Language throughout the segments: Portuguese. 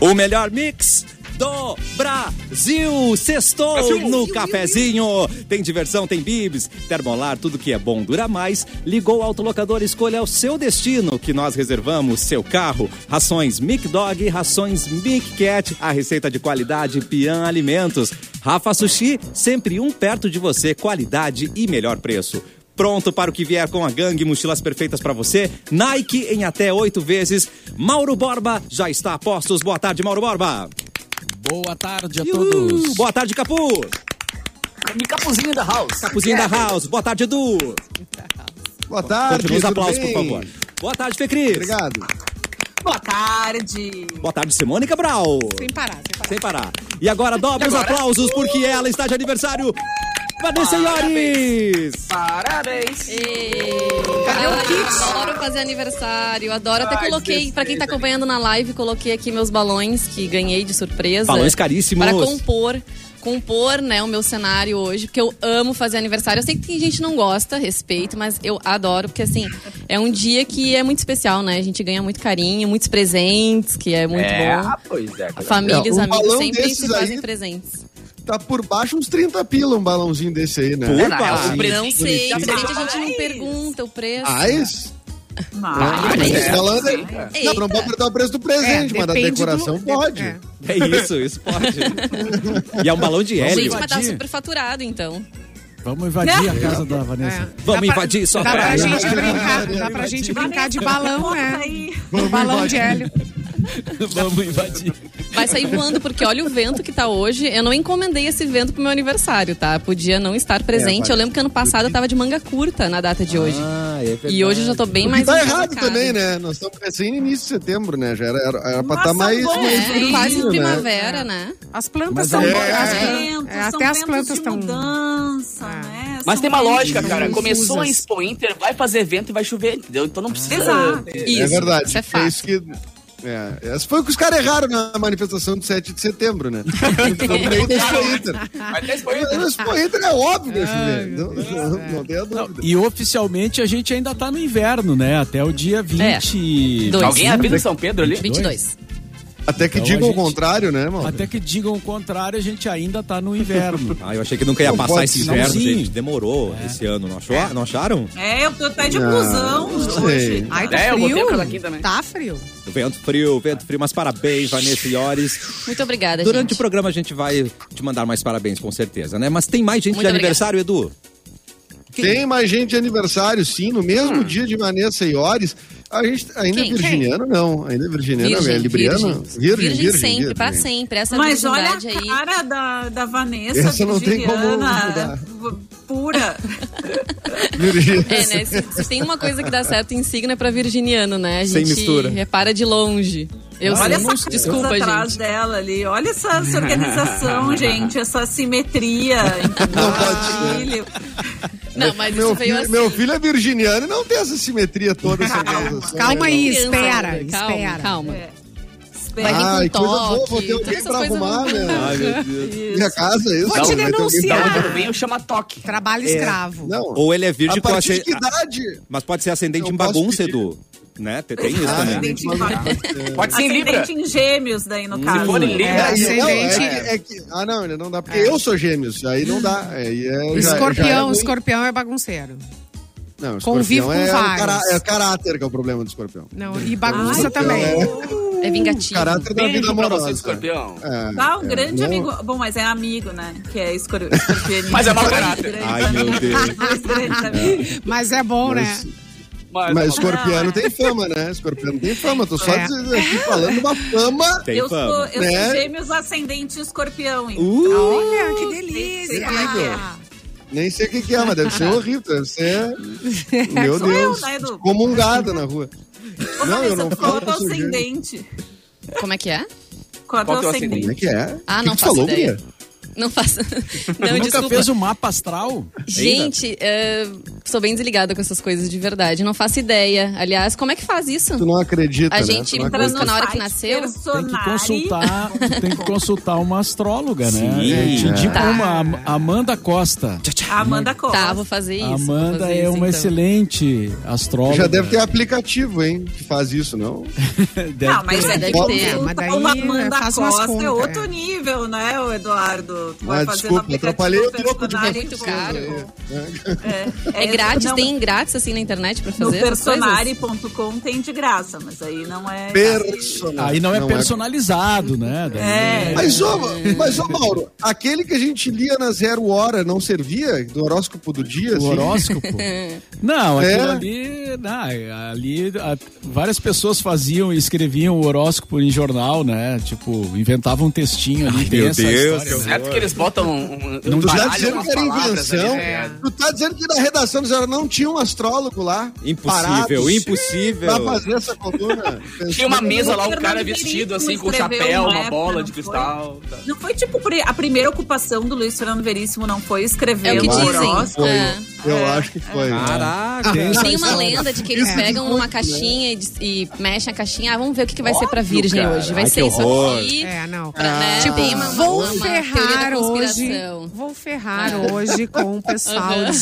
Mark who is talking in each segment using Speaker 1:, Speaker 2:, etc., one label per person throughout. Speaker 1: O melhor mix do Brasil. Sextou no cafezinho. Tem diversão, tem bibs, termolar, tudo que é bom dura mais. Ligou o autolocador, escolha o seu destino que nós reservamos seu carro. Rações Mic Dog, rações Mic Cat, a receita de qualidade Pian Alimentos. Rafa Sushi, sempre um perto de você, qualidade e melhor preço. Pronto para o que vier com a gangue, mochilas perfeitas para você. Nike em até oito vezes. Mauro Borba já está a postos. Boa tarde, Mauro Borba.
Speaker 2: Boa tarde a
Speaker 1: Uhul.
Speaker 2: todos.
Speaker 1: Boa tarde, Capu.
Speaker 3: De capuzinho da house.
Speaker 1: Capuzinho da House. Boa tarde, Edu.
Speaker 4: Boa tarde.
Speaker 1: Continua os
Speaker 4: tudo
Speaker 1: aplausos, por
Speaker 4: bem?
Speaker 1: favor. Boa tarde, Fê Cris.
Speaker 4: Obrigado.
Speaker 3: Boa tarde.
Speaker 1: Boa tarde, Simone Cabral.
Speaker 5: Sem parar, sem parar. Uh!
Speaker 1: Sem parar. E agora dobra os aplausos porque ela está de aniversário. Vanessa Iores.
Speaker 3: Parabéns.
Speaker 5: Cadê o
Speaker 6: Ai,
Speaker 5: kit?
Speaker 6: Ah, Adoro fazer aniversário, adoro. Até
Speaker 3: Ai,
Speaker 6: coloquei,
Speaker 3: tristeza.
Speaker 6: pra quem tá acompanhando na live, coloquei aqui meus balões que ganhei de surpresa.
Speaker 1: Balões caríssimos.
Speaker 6: Para compor, compor, né, o meu cenário hoje, porque eu amo fazer aniversário. Eu sei que tem gente que não gosta, respeito, mas eu adoro, porque assim, é um dia que é muito especial, né? A gente ganha muito carinho, muitos presentes, que é muito
Speaker 3: é,
Speaker 6: bom.
Speaker 3: pois é.
Speaker 6: A família e os
Speaker 4: um
Speaker 6: amigos
Speaker 4: balão
Speaker 6: sempre se
Speaker 4: desses
Speaker 6: fazem
Speaker 4: aí-
Speaker 6: presentes.
Speaker 4: Tá por baixo uns 30 pila um balãozinho desse aí, né?
Speaker 5: É
Speaker 1: Puta.
Speaker 3: Ah,
Speaker 5: um
Speaker 6: Não sei,
Speaker 3: bonitinho.
Speaker 6: presente a gente não
Speaker 5: Mas-
Speaker 6: pergunta o preço.
Speaker 4: Mas,
Speaker 3: Ah,
Speaker 4: mas
Speaker 3: é.
Speaker 4: esse balão é-
Speaker 6: Eita.
Speaker 4: Não, não pode apertar o preço do presente, mas da
Speaker 5: depende
Speaker 4: decoração
Speaker 5: do-
Speaker 4: pode.
Speaker 5: é.
Speaker 1: É isso, isso pode. e é um balão de hélio.
Speaker 6: Gente, mas tá
Speaker 2: Invadir.
Speaker 6: super faturado, então.
Speaker 2: Vamos invadir
Speaker 3: Né?
Speaker 2: a casa da Vanessa.
Speaker 1: Vamos
Speaker 5: Dá pra-
Speaker 1: invadir só
Speaker 5: dá
Speaker 1: É. pra-
Speaker 5: pra gente brincar, dá pra gente brincar de balão, né? Balão de hélio.
Speaker 3: É.
Speaker 2: Vamos invadir.
Speaker 6: Vai sair voando, porque olha o vento que tá hoje. Eu não encomendei esse vento pro meu aniversário, tá? Podia não estar presente.
Speaker 4: vai.
Speaker 6: eu lembro que ano passado eu tava de manga curta na data de hoje.
Speaker 1: Ah, é verdade.
Speaker 6: e hoje eu já tô bem
Speaker 4: E
Speaker 6: mais
Speaker 4: tá
Speaker 6: embasacada.
Speaker 4: errado também, né? Nós estamos recém no início de setembro, né? Já era, era, era pra estar mais,
Speaker 5: bom,
Speaker 4: mais
Speaker 6: É,
Speaker 4: frio,
Speaker 6: quase
Speaker 4: né?
Speaker 6: primavera, né?
Speaker 5: As plantas
Speaker 2: Mas
Speaker 5: são
Speaker 2: é-
Speaker 5: boas. as
Speaker 4: é-
Speaker 5: plantas- é, até as plantas estão.
Speaker 7: mudança,
Speaker 5: É.
Speaker 7: né?
Speaker 3: Mas
Speaker 7: São
Speaker 3: tem uma
Speaker 7: tempos
Speaker 3: lógica,
Speaker 7: de
Speaker 3: cara. Começou a
Speaker 5: confusas.
Speaker 3: Expo Inter, vai fazer vento e vai chover, entendeu? Então não precisa.
Speaker 7: Exato.
Speaker 6: Isso,
Speaker 4: é verdade.
Speaker 6: Isso é fato.
Speaker 4: isso que. É, esse foi o que os caras erraram na manifestação de 7 de setembro, né?
Speaker 3: Mas tem Expo Inter.
Speaker 4: Mas o Inter é óbvio, deixa eu ver. Não, não, não tenha dúvida.
Speaker 2: E oficialmente a gente ainda tá no inverno, né? Até o dia 20.
Speaker 6: Dois.
Speaker 3: É. Alguém avisa São Pedro
Speaker 4: é
Speaker 3: ali?
Speaker 6: 22.
Speaker 4: Até que
Speaker 2: Então,
Speaker 4: digam
Speaker 2: a
Speaker 4: o
Speaker 2: gente-
Speaker 4: contrário, né, mano?
Speaker 2: Até que digam o contrário, a gente ainda tá no inverno.
Speaker 1: Ah, eu achei que nunca ia
Speaker 4: Não É.
Speaker 1: passar
Speaker 4: pode
Speaker 1: esse
Speaker 4: ser.
Speaker 1: inverno,
Speaker 2: Não, sim.
Speaker 1: gente. Demorou esse ano, não, achou? não acharam?
Speaker 7: É, eu tô até de
Speaker 4: Não,
Speaker 7: blusão
Speaker 4: não sei.
Speaker 7: hoje.
Speaker 5: Ai, tá
Speaker 3: É, eu botei o casaquinho
Speaker 5: frio.
Speaker 3: também.
Speaker 5: Tá frio.
Speaker 1: Vento frio, vento frio, mas parabéns, Vanessa Iores.
Speaker 6: Muito obrigada,
Speaker 1: Durante o
Speaker 6: gente.
Speaker 1: programa a gente vai te mandar mais parabéns, com certeza, né? Mas tem mais gente
Speaker 6: Muito
Speaker 1: de aniversário, Edu?
Speaker 4: Tem mais gente de aniversário, sim, no mesmo dia de Vanessa e Iores. A gente ainda
Speaker 6: Hum. Quem?
Speaker 4: é virginiano, não. Ainda é virginiano, é libriano.
Speaker 6: virgem. Virgem, sempre, pra sempre. Essa
Speaker 7: Mas olha
Speaker 6: virgindade
Speaker 7: a
Speaker 6: aí.
Speaker 7: cara da, da Vanessa,
Speaker 4: Essa não tem como
Speaker 7: virginiana, pura.
Speaker 4: Virgem.
Speaker 6: É, né? Se, se tem uma coisa que dá certo em signo é pra virginiano, né? A
Speaker 1: Sem
Speaker 6: gente
Speaker 1: mistura.
Speaker 6: repara de longe. Eu
Speaker 7: Olha
Speaker 6: sei.
Speaker 7: essa coisa
Speaker 6: Desculpa,
Speaker 7: atrás
Speaker 6: gente.
Speaker 7: dela ali. Olha essa, essa organização, gente. Essa simetria.
Speaker 4: Não pode ser.
Speaker 7: Filho.
Speaker 6: Não, mas
Speaker 4: Meu,
Speaker 6: isso veio
Speaker 4: filho-
Speaker 6: assim.
Speaker 4: meu filho é virginiano e não tem essa simetria toda. Essa organização,
Speaker 5: Calma
Speaker 4: né?
Speaker 5: aí,
Speaker 6: Criança
Speaker 5: espera,
Speaker 6: ainda. Calma,
Speaker 5: espera.
Speaker 6: calma.
Speaker 7: É.
Speaker 6: Vai vir
Speaker 7: Espera.
Speaker 6: com
Speaker 4: Ai, coisa boa,
Speaker 6: toque,
Speaker 4: vou ter
Speaker 6: todas
Speaker 4: alguém
Speaker 6: essas
Speaker 4: pra
Speaker 6: coisas
Speaker 4: arrumar,
Speaker 6: boas.
Speaker 4: né?
Speaker 1: meu Deus.
Speaker 4: Minha casa, é isso.
Speaker 5: Vou
Speaker 4: Vai
Speaker 5: te
Speaker 4: ter alguém pra
Speaker 3: Da onde
Speaker 5: denunciar.
Speaker 3: eu venho chama toque.
Speaker 5: Trabalho escravo.
Speaker 4: Não.
Speaker 1: Ou ele é virgem
Speaker 4: A
Speaker 1: com
Speaker 4: partir
Speaker 1: ace-
Speaker 4: de que idade?
Speaker 1: Mas pode ser ascendente
Speaker 4: Eu
Speaker 1: em
Speaker 4: posso
Speaker 1: bagunça,
Speaker 4: pedir.
Speaker 1: Edu. Né? Tem tem isso
Speaker 4: Ah,
Speaker 1: também.
Speaker 7: Ascendente em vaca.
Speaker 3: Pode ser em Libra.
Speaker 7: Ascendente em gêmeos daí, no caso.
Speaker 3: for em
Speaker 7: né?
Speaker 3: Libra,
Speaker 4: É,
Speaker 2: Tá
Speaker 5: É,
Speaker 4: e- não, é
Speaker 5: ascendente.
Speaker 4: que- é que- ah, não, ainda não dá, porque eu sou gêmeos, aí
Speaker 6: Hum.
Speaker 4: não dá. Aí é, já- já é
Speaker 5: Escorpião,
Speaker 4: ruim.
Speaker 5: escorpião é bagunceiro.
Speaker 4: Não, o
Speaker 5: Convivo
Speaker 4: escorpião é,
Speaker 5: com
Speaker 4: o
Speaker 5: vários.
Speaker 4: cará- é o caráter que é o problema do escorpião.
Speaker 5: Não, e bagunça
Speaker 4: Ai,
Speaker 5: também.
Speaker 6: É
Speaker 4: O
Speaker 6: vingativo.
Speaker 4: caráter da vida
Speaker 3: Beijo pra
Speaker 4: amorosa.
Speaker 3: você, escorpião.
Speaker 4: É,
Speaker 7: Tá, um
Speaker 4: é,
Speaker 7: grande
Speaker 4: não-
Speaker 7: amigo. Bom, mas é amigo, né? Que é escor- escorpianista.
Speaker 3: Mas é mau caráter.
Speaker 7: Grande
Speaker 1: Ai, meu Deus.
Speaker 7: Dois grandes amigos.
Speaker 5: Mas é bom,
Speaker 4: Mas,
Speaker 5: né?
Speaker 4: mas
Speaker 3: Mas,
Speaker 4: escorpiano tem fama, né? Escorpiano tem fama. Tô só
Speaker 5: É.
Speaker 4: diz- aqui falando uma fama.
Speaker 1: Tem
Speaker 7: Eu sou,
Speaker 1: fama.
Speaker 7: eu
Speaker 4: Né?
Speaker 7: sou gêmeos ascendente em escorpião. então.
Speaker 1: Uh,
Speaker 5: Olha, que delícia.
Speaker 4: Nem sei o que, que é, mas deve ser horrível. Deve ser. Meu
Speaker 7: Sou eu,
Speaker 4: Deus.
Speaker 7: né, Edu?
Speaker 4: Comungada na rua.
Speaker 7: Ô,
Speaker 4: Não, eu
Speaker 7: Vanessa,
Speaker 4: não
Speaker 7: tu qual é
Speaker 4: falo
Speaker 7: o
Speaker 4: que eu
Speaker 7: teu
Speaker 4: sou gêmeo.
Speaker 7: ascendente?
Speaker 6: Como é que é?
Speaker 7: Qual é o teu
Speaker 3: Qual teu ascendente?
Speaker 4: Como é
Speaker 7: ascendente?
Speaker 4: que é?
Speaker 6: Ah,
Speaker 4: O que
Speaker 6: não
Speaker 4: que tu
Speaker 6: faço
Speaker 4: falou,
Speaker 6: ideia.
Speaker 4: guria?
Speaker 6: Não faço. Não,
Speaker 3: Então,
Speaker 2: Nunca um
Speaker 6: desculpa.
Speaker 2: fez o mapa astral?
Speaker 6: Gente, eh, sou bem desligada com essas coisas de verdade. Não faço ideia. Aliás, como é que faz isso?
Speaker 4: Tu não acredita,
Speaker 6: A
Speaker 4: né?
Speaker 6: gente
Speaker 4: Tu não
Speaker 6: entra
Speaker 4: acredita.
Speaker 6: no- na hora que
Speaker 7: site
Speaker 6: nasceu,
Speaker 2: Tem que
Speaker 7: Personari.
Speaker 2: consultar, tem que consultar uma astróloga, né?
Speaker 1: Sim.
Speaker 2: Eu te
Speaker 1: É.
Speaker 2: indico
Speaker 6: Tá.
Speaker 2: uma, Am- Amanda Costa.
Speaker 7: Amanda Costa.
Speaker 6: Tá, vou fazer isso.
Speaker 2: A
Speaker 6: vou
Speaker 2: Amanda
Speaker 6: fazer
Speaker 2: é
Speaker 6: isso,
Speaker 2: uma
Speaker 6: então.
Speaker 2: excelente astróloga.
Speaker 4: Já deve ter aplicativo, hein? Que faz isso, não?
Speaker 2: Né? Deve
Speaker 7: Não, mas
Speaker 6: ter,
Speaker 7: é
Speaker 6: deve
Speaker 7: que
Speaker 6: ter.
Speaker 5: Mas daí,
Speaker 7: uma Amanda
Speaker 5: né, faz umas
Speaker 7: Costa é
Speaker 5: contas,
Speaker 7: outro
Speaker 5: é.
Speaker 7: nível, né, o Eduardo? Tu
Speaker 4: Ah,
Speaker 7: vai fazer no
Speaker 4: desculpa,
Speaker 7: aplicativo
Speaker 4: atrapalhei o troco de né?
Speaker 7: personagem,
Speaker 6: vocês
Speaker 7: tu-
Speaker 6: aí.
Speaker 7: É,
Speaker 6: É grátis?
Speaker 7: não,
Speaker 6: Tem grátis assim na internet pra
Speaker 7: No
Speaker 6: fazer? essas coisas?
Speaker 7: personari.com tem de graça, mas aí não é.
Speaker 4: Personal.
Speaker 2: Aí não é personalizado, né?
Speaker 7: É.
Speaker 4: Mas, ô, mas, ô, Mauro, aquele que a gente lia na zero hora não servia? Do horóscopo do dia?
Speaker 2: O
Speaker 4: assim?
Speaker 2: horóscopo? Não,
Speaker 4: É.
Speaker 2: aquilo ali. Não, ali a- várias pessoas faziam e escreviam o horóscopo em jornal, né? Tipo, inventavam um textinho ali. tem
Speaker 1: meu
Speaker 2: essa
Speaker 1: Deus,
Speaker 2: história,
Speaker 1: que
Speaker 2: né?
Speaker 3: Certo que É eles botam. Um,
Speaker 2: Não
Speaker 4: Tu tá
Speaker 2: baralham
Speaker 4: dizendo que era invenção?
Speaker 5: né?
Speaker 4: Tu tá dizendo que na redação do zero não tinha um astrólogo lá?
Speaker 1: Impossível,
Speaker 4: parado,
Speaker 1: impossível.
Speaker 4: Pra fazer essa coluna.
Speaker 3: Tinha uma mesa lá, o
Speaker 7: Fernando
Speaker 3: cara
Speaker 7: Veríssimo
Speaker 3: vestido assim, com
Speaker 7: escreveu
Speaker 3: chapéu,
Speaker 7: uma
Speaker 3: uma
Speaker 7: época,
Speaker 3: bola
Speaker 7: não
Speaker 3: de
Speaker 7: foi?
Speaker 3: cristal. tá.
Speaker 7: Não foi tipo pri- a primeira ocupação do Luiz Fernando Veríssimo, não foi escrever
Speaker 6: É o que
Speaker 4: Eu
Speaker 7: um
Speaker 4: acho
Speaker 6: dizem.
Speaker 4: que
Speaker 7: horóscopo?
Speaker 4: foi.
Speaker 6: É.
Speaker 4: Eu acho que
Speaker 1: é.
Speaker 4: foi. Ah,
Speaker 1: Caraca.
Speaker 6: Tem uma lenda de que eles
Speaker 4: Isso
Speaker 6: pegam
Speaker 4: diz
Speaker 6: uma
Speaker 4: muito, né?
Speaker 6: caixinha e, dis- e mexem a caixinha. Ah, vamos ver o que, que vai ser pra Virgem
Speaker 3: cara.
Speaker 6: hoje. Vai
Speaker 1: Ai,
Speaker 6: ser
Speaker 1: que
Speaker 6: isso
Speaker 1: horror.
Speaker 6: aqui.
Speaker 5: É, não.
Speaker 6: pra- né,
Speaker 5: Tipo,
Speaker 6: tem uma-
Speaker 5: vou
Speaker 6: uma teoria da
Speaker 5: ferrar hoje.
Speaker 6: conspiração.
Speaker 5: Vou ferrar hoje com o pessoal de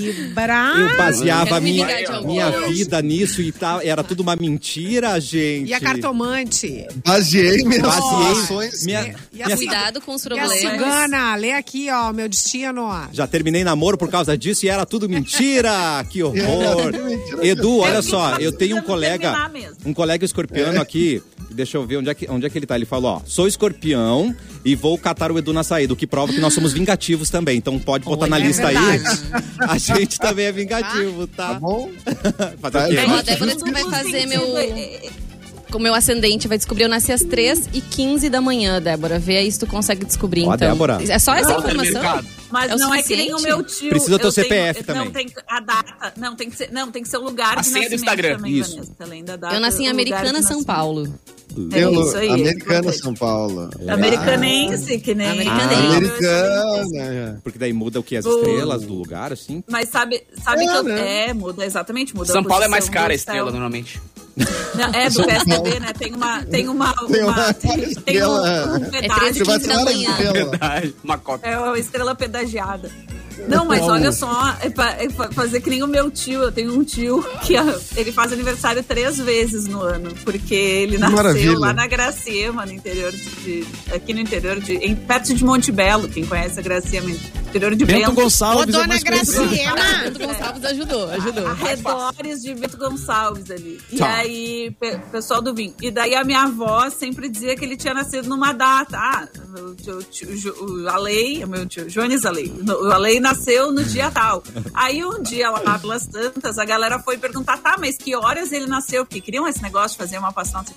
Speaker 5: Libra.
Speaker 1: Eu baseava
Speaker 6: Quero me
Speaker 1: minha,
Speaker 6: vingar de alguém.
Speaker 1: minha vida nisso e tal. Era tudo uma mentira, gente.
Speaker 5: E a
Speaker 4: é
Speaker 5: cartomante.
Speaker 4: Baseei minhas
Speaker 1: Baseei.
Speaker 4: ações.
Speaker 1: Minha,
Speaker 5: E a
Speaker 1: minha-
Speaker 5: cigana.
Speaker 6: Cuidado com os
Speaker 5: E a
Speaker 6: problemas.
Speaker 5: cigana, lê aqui, ó, meu destino. ó.
Speaker 1: já terminei namoro por causa disso e era tudo mentira. Que horror.
Speaker 4: Era mentira.
Speaker 1: Edu, olha
Speaker 7: Eu
Speaker 1: só,
Speaker 7: fico
Speaker 1: eu tenho um
Speaker 7: precisando
Speaker 1: colega,
Speaker 7: terminar mesmo.
Speaker 1: um colega
Speaker 4: É.
Speaker 1: escorpiano aqui. Deixa eu ver onde é, que, onde é que ele tá. Ele falou, ó, sou escorpião e vou catar o Edu na saída, o que prova que nós somos vingativos também. Então pode botar na
Speaker 6: Olha, é
Speaker 1: lista aí.
Speaker 5: verdade.
Speaker 1: A gente também é vingativo,
Speaker 4: Tá
Speaker 1: tá?
Speaker 4: bom?
Speaker 1: Fazer o quê?
Speaker 4: É,
Speaker 6: Ó, a
Speaker 4: mas-
Speaker 6: Débora disse que vai fazer meu. Com meu ascendente, vai descobrir. Eu nasci às 3 e 15 da manhã, Débora. Vê aí se tu consegue descobrir,
Speaker 1: Ó,
Speaker 6: então.
Speaker 1: Débora.
Speaker 6: É só essa
Speaker 3: Não,
Speaker 6: informação?
Speaker 3: mercado.
Speaker 7: Mas
Speaker 6: É o
Speaker 7: não é que nem o
Speaker 6: suficiente?
Speaker 7: meu tio.
Speaker 1: Precisa teu
Speaker 7: eu tenho-
Speaker 1: CPF também.
Speaker 7: Não, tem a data. Não, tem que ser, não, tem que ser o lugar
Speaker 3: A
Speaker 7: de
Speaker 3: senha do
Speaker 7: nascimento
Speaker 3: Instagram,
Speaker 7: também,
Speaker 1: isso.
Speaker 7: Vanessa, além da
Speaker 3: tá
Speaker 7: data,
Speaker 6: Eu nasci
Speaker 7: o
Speaker 6: em
Speaker 7: lugar de
Speaker 6: Americana, São
Speaker 7: nascimento.
Speaker 6: Paulo.
Speaker 7: É
Speaker 4: Eu-
Speaker 7: isso aí.
Speaker 4: Americana,
Speaker 7: importante.
Speaker 4: São Paulo.
Speaker 7: Americanense, que nem...
Speaker 6: Americanense.
Speaker 7: Ah,
Speaker 4: Americana. né?
Speaker 1: Porque daí muda o que? As
Speaker 7: Boa.
Speaker 1: estrelas do lugar, assim?
Speaker 7: Mas sabe, sabe
Speaker 4: É,
Speaker 7: que eu,
Speaker 4: né?
Speaker 7: é, muda, exatamente, muda. a
Speaker 3: São Paulo é mais
Speaker 7: posição
Speaker 3: cara
Speaker 7: do
Speaker 3: a estrela,
Speaker 7: céu.
Speaker 3: normalmente.
Speaker 7: Não, É, do PSDB, né? Tem uma. Tem uma.
Speaker 4: Tem uma
Speaker 7: uma- Tem, tem um,
Speaker 4: estrela.
Speaker 7: um
Speaker 6: É
Speaker 7: pedágio
Speaker 6: 13
Speaker 4: Você vai
Speaker 7: que
Speaker 6: da
Speaker 4: ter hora de
Speaker 6: manhã.
Speaker 4: vê-la.
Speaker 3: Verdade. Uma cota.
Speaker 7: É uma estrela pedagiada. Não, mas olha só, é pra- é pra fazer que nem o meu tio. Eu tenho um tio que ah, ele faz aniversário três vezes no ano, porque ele nasceu
Speaker 4: Maravilha.
Speaker 7: lá na Gracema, no interior de. Aqui no interior de. Em, perto de Monte Belo, quem conhece a Gracema, interior de
Speaker 2: Bento
Speaker 7: Bento.
Speaker 5: Ô,
Speaker 2: Gonçalves é
Speaker 5: dona
Speaker 2: mais conhecido.
Speaker 3: É.
Speaker 5: Graciela.
Speaker 6: Bento Gonçalves ajudou, ajudou.
Speaker 3: Ah,
Speaker 7: Arredores de Bento Gonçalves ali. E
Speaker 1: Tá.
Speaker 7: aí, pe- pessoal do vinho. E daí a minha avó sempre dizia que ele tinha nascido numa data. Ah, o, tio- tio Jo- o Alei, o meu tio Jones Alei. no- O Alei nasceu no dia tal. Aí um dia, lá pelas tantas, a galera foi perguntar, tá, mas que horas ele nasceu? Porque queriam esse negócio de fazer uma passagem.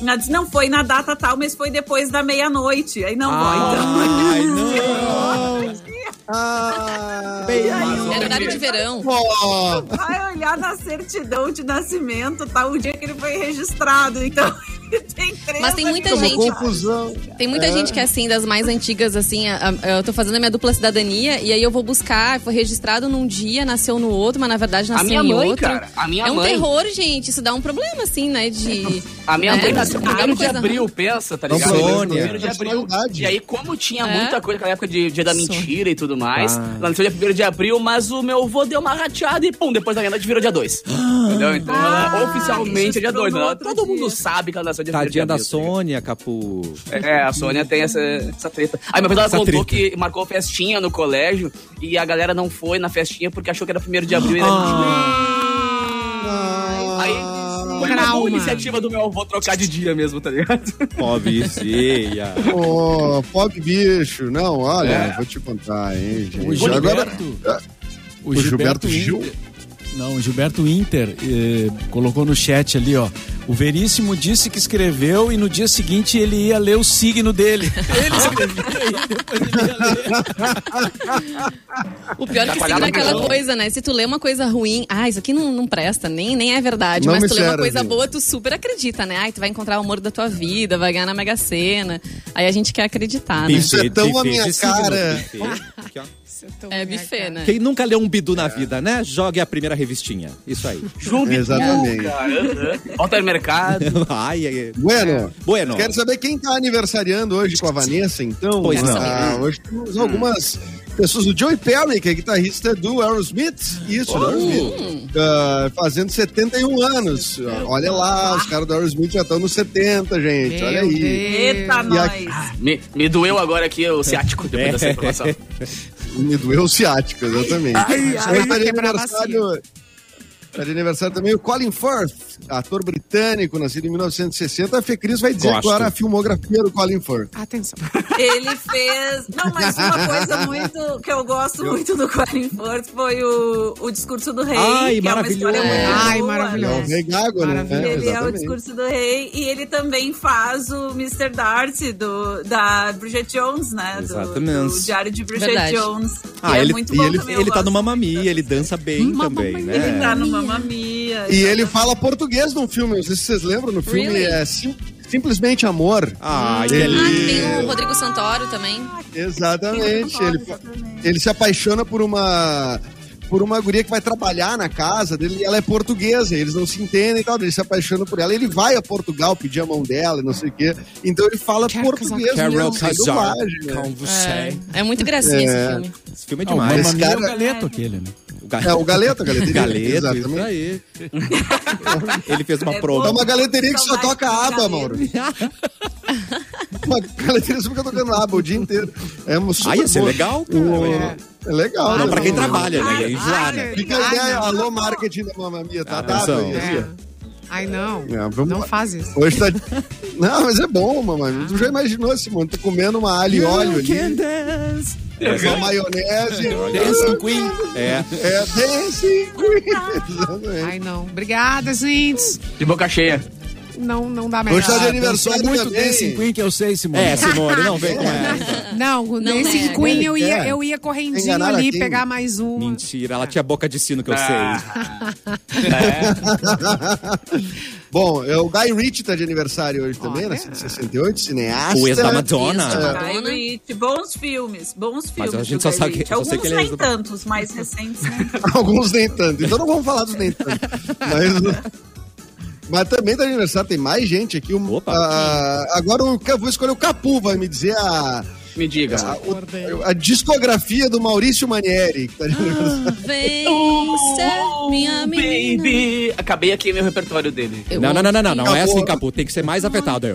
Speaker 7: Ela disse, não, foi na data tal, mas foi depois da meia-noite. Aí não, vó, então.
Speaker 1: Ai, não!
Speaker 4: Ah,
Speaker 3: tá.
Speaker 1: Bem,
Speaker 6: Era horário É de verão.
Speaker 4: ó.
Speaker 7: vai olhar na certidão de nascimento, tá? O dia que ele foi registrado. Então, tem três
Speaker 6: Mas tem muita
Speaker 4: É uma
Speaker 6: gente-
Speaker 4: confusão.
Speaker 6: Tem muita
Speaker 3: Ah.
Speaker 4: É.
Speaker 6: gente que é assim, das mais antigas, assim, a- a- eu tô fazendo a minha dupla cidadania e aí eu vou buscar, foi registrado num dia, nasceu no outro, mas na verdade
Speaker 3: A
Speaker 6: nasceu
Speaker 3: minha
Speaker 6: em
Speaker 3: mãe,
Speaker 6: É, outro.
Speaker 3: cara. A minha
Speaker 6: é um
Speaker 3: mãe.
Speaker 6: terror, gente. Isso dá um problema, assim, né? De.
Speaker 3: A minha
Speaker 6: né?
Speaker 3: mãe nasceu no
Speaker 6: Ah,
Speaker 3: primeiro de
Speaker 6: coisa
Speaker 3: abril, pensa, tá ligado?
Speaker 1: Sônia.
Speaker 3: Primeiro de abril.
Speaker 4: Personalidade.
Speaker 3: E aí, como tinha
Speaker 6: É?
Speaker 3: muita coisa naquela época de dia da
Speaker 6: Sônia.
Speaker 3: mentira e tudo mais, ela nasceu dia 1 de abril, mas o meu avô deu uma rateada e pum, depois da verdade virou dia 2. Entendeu? Então
Speaker 6: Ah,
Speaker 3: ela oficialmente é dia 2.
Speaker 7: registrou no
Speaker 3: Todo
Speaker 7: outro
Speaker 3: mundo
Speaker 7: dia.
Speaker 3: sabe que ela nasceu dia 1 de
Speaker 1: Tadinha
Speaker 3: abril.
Speaker 1: da
Speaker 3: tá ligado?
Speaker 1: Sônia, Capu.
Speaker 3: É, a Sônia tem essa, essa treta. Aí uma vez ela
Speaker 1: Essa
Speaker 3: contou
Speaker 1: treta.
Speaker 3: que marcou festinha no colégio e a galera não foi na festinha porque achou que era 1 de
Speaker 1: Ah.
Speaker 3: abril e era Ah, Aí foi uma
Speaker 5: Trauma.
Speaker 3: boa iniciativa do meu avô trocar de dia mesmo, tá ligado?
Speaker 1: Pobrezinha.
Speaker 4: Ô, pobre bicho. Não, olha, vou te contar, hein,
Speaker 2: O
Speaker 4: gente.
Speaker 2: Gilberto,
Speaker 4: Agora,
Speaker 2: o Gilberto,
Speaker 4: É. Gilberto Gil?
Speaker 2: Inter- Não, o Gilberto Inter eh, colocou no chat ali, ó. O Veríssimo disse que escreveu e no dia seguinte ele ia ler o signo dele. Ele escrevia e depois ele ia ler.
Speaker 6: O pior é que signo é aquela coisa, né? Se tu lê uma coisa ruim, ah, isso aqui não, não presta, nem, nem é verdade.
Speaker 4: Não
Speaker 6: mas
Speaker 4: me
Speaker 6: tu lê uma
Speaker 4: serve.
Speaker 6: coisa boa, tu super acredita, né? Ai, tu vai encontrar o amor da tua vida, vai ganhar na Mega Sena. Aí a gente quer acreditar, né?
Speaker 4: Isso é tão a minha
Speaker 1: de signo,
Speaker 4: cara.
Speaker 1: buffet. Aqui, ó.
Speaker 6: É buffet, né?
Speaker 1: Quem nunca leu um bidu na vida, né? Jogue a primeira revistinha. Isso aí.
Speaker 3: Júbilo.
Speaker 4: Exatamente.
Speaker 3: Volta no mercado.
Speaker 1: ai, ai, ai.
Speaker 4: Bueno,
Speaker 1: Bueno.
Speaker 4: quero saber quem tá aniversariando hoje com a Vanessa, então.
Speaker 1: Pois não.
Speaker 4: Ah, hoje temos algumas pessoas. O Joey Perry, que é guitarrista do Aerosmith. Isso, do Aerosmith. Ah, fazendo 71 anos. Olha lá, os caras do Aerosmith já estão nos 70, gente. Olha
Speaker 5: Meu
Speaker 4: aí.
Speaker 7: Eita,
Speaker 4: E
Speaker 7: nós.
Speaker 4: aqui-
Speaker 3: Me, me doeu agora aqui o ciático depois
Speaker 1: É.
Speaker 3: dessa informação.
Speaker 4: Me doeu o ciático, exatamente.
Speaker 5: Ai, ai,
Speaker 4: Hoje tá de
Speaker 5: quebrar a
Speaker 4: aniversário. Tá de aniversário também o Colin Firth, ator britânico, nascido em 1960. A Fecris vai dizer
Speaker 1: Gosto.
Speaker 4: qual era a filmografia do Colin Firth.
Speaker 5: Atenção.
Speaker 7: Ele fez. Não, mas uma coisa muito que eu gosto muito do Colin Firth foi o, o discurso do rei.
Speaker 1: Ai,
Speaker 7: que é uma história
Speaker 1: maravilhoso.
Speaker 7: muito
Speaker 5: Ai,
Speaker 7: boa,
Speaker 4: É
Speaker 5: maravilhoso.
Speaker 7: né?
Speaker 4: o Rei Gago, né?
Speaker 5: Maravilha.
Speaker 4: É,
Speaker 7: Ele é o
Speaker 4: exatamente.
Speaker 7: discurso do rei e ele também faz o Mr. Darcy do, da Bridget Jones, né? Do- Do,
Speaker 1: Exatamente.
Speaker 7: Diário de Bridget
Speaker 6: Verdade.
Speaker 7: Jones.
Speaker 1: Ah,
Speaker 7: E é
Speaker 1: ele,
Speaker 7: muito
Speaker 1: e
Speaker 7: bom
Speaker 1: ele,
Speaker 7: também, eu
Speaker 1: ele tá
Speaker 7: gosto.
Speaker 1: no Mamamia, ele dança bem também, né?
Speaker 7: Ele tá no Mamma Mia.
Speaker 4: E ele fala português num filme, não sei se vocês lembram, no filme
Speaker 6: Really?
Speaker 4: é Sim- Simplesmente Amor.
Speaker 1: Ai, que
Speaker 4: Ele-
Speaker 6: Ah, que
Speaker 1: lindo.
Speaker 6: tem o Rodrigo Santoro também.
Speaker 4: Exatamente.
Speaker 7: um
Speaker 4: Ele, fa-
Speaker 7: Exatamente.
Speaker 4: ele se apaixona por uma por uma guria que vai trabalhar na casa dele, e ela é portuguesa, e eles não se entendem e tal, ele se apaixona por ela, ele vai a Portugal pedir a mão dela e não sei o quê, então ele fala
Speaker 5: Quero
Speaker 4: português
Speaker 1: Carol
Speaker 4: mesmo, faz
Speaker 1: Kazar,
Speaker 4: dublagem, né?
Speaker 1: com você.
Speaker 6: É, é muito gracinha
Speaker 4: É.
Speaker 6: esse filme.
Speaker 1: Esse filme é
Speaker 2: Ah, o Mamma
Speaker 1: demais.
Speaker 4: esse
Speaker 2: Mia é o
Speaker 4: cara-
Speaker 2: galeto aquele, né?
Speaker 1: Ga-
Speaker 4: É, o Galeto, a galeteria.
Speaker 1: Galeto,
Speaker 4: exatamente.
Speaker 1: isso aí. ele fez uma
Speaker 7: É
Speaker 4: É
Speaker 1: prova.
Speaker 4: uma galeteria que só
Speaker 7: Saudade
Speaker 4: toca
Speaker 7: do
Speaker 4: aba,
Speaker 7: galeto.
Speaker 4: Mauro. uma galeteria que só fica tocando aba o dia inteiro. É um super
Speaker 1: Ai, ia ser
Speaker 4: bom.
Speaker 1: legal, cara.
Speaker 4: O- É, legal.
Speaker 1: Não,
Speaker 4: né?
Speaker 1: Ah, pra quem trabalha, né? E aí já,
Speaker 5: Ai,
Speaker 1: né?
Speaker 4: Fica a
Speaker 5: Ai,
Speaker 4: ideia,
Speaker 5: não.
Speaker 4: alô marketing da mamamia, tá dado
Speaker 1: Atenção.
Speaker 4: aí.
Speaker 5: É. Ai, não.
Speaker 4: É, vamos
Speaker 5: não
Speaker 4: lá.
Speaker 5: faz isso.
Speaker 4: Hoje tá. Não, mas é bom, mamãe. Tu já imaginou, Simone? Tá comendo uma alho e óleo ali,
Speaker 1: é
Speaker 4: uma maionese.
Speaker 1: Dancing Queen. É.
Speaker 4: É, dance. Exatamente.
Speaker 5: Ai, não. Obrigada, gente.
Speaker 3: De boca cheia.
Speaker 5: Não, não dá mais.
Speaker 4: Hoje tá de
Speaker 5: nada.
Speaker 4: aniversário
Speaker 2: muito
Speaker 4: também.
Speaker 2: Dancing Queen que eu sei, Simone.
Speaker 1: É, Simone, não vem com essa.
Speaker 5: Não,
Speaker 6: Não é.
Speaker 5: nesse
Speaker 6: nega.
Speaker 5: Queen eu ia,
Speaker 4: Quer?
Speaker 5: eu ia correndinho
Speaker 4: Enganaram
Speaker 5: ali,
Speaker 4: aqui.
Speaker 5: pegar mais uma.
Speaker 1: Mentira, ela tinha boca de sino que eu sei.
Speaker 3: É,
Speaker 4: Bom, é, o Guy Ritchie tá de aniversário hoje também,
Speaker 1: Ah,
Speaker 4: né?
Speaker 5: Olha.
Speaker 1: é?
Speaker 4: nascido em 68, cineasta.
Speaker 1: O ex da Madonna.
Speaker 4: é,
Speaker 6: Isso.
Speaker 7: Guy Ritchie, bons filmes, bons
Speaker 1: Mas
Speaker 7: filmes.
Speaker 1: a gente
Speaker 7: do
Speaker 1: só
Speaker 7: Guy
Speaker 1: sabe-
Speaker 7: Ritchie.
Speaker 1: só sei
Speaker 7: Alguns
Speaker 1: que ele é
Speaker 7: nem
Speaker 1: ex-
Speaker 7: tantos, mais recentes. né?
Speaker 4: É, Alguns nem tanto. Então não vamos falar dos nem tanto. Mas, mas também tá de aniversário, tem mais gente aqui. Um,
Speaker 1: Opa.
Speaker 4: ah, agora eu vou escolher o Capu, vai me dizer a,
Speaker 3: Me diga.
Speaker 4: a, Ah, o- a discografia do Maurício Manieri, que tá
Speaker 6: Ah.
Speaker 4: de aniversário.
Speaker 6: Vem ser
Speaker 3: Oh,
Speaker 6: minha menina.
Speaker 3: baby. Acabei aqui meu repertório dele.
Speaker 6: Eu
Speaker 1: Não, não, não, não, não. Não é
Speaker 4: Acabou.
Speaker 1: assim, Capu. Tem que ser mais afetado. É,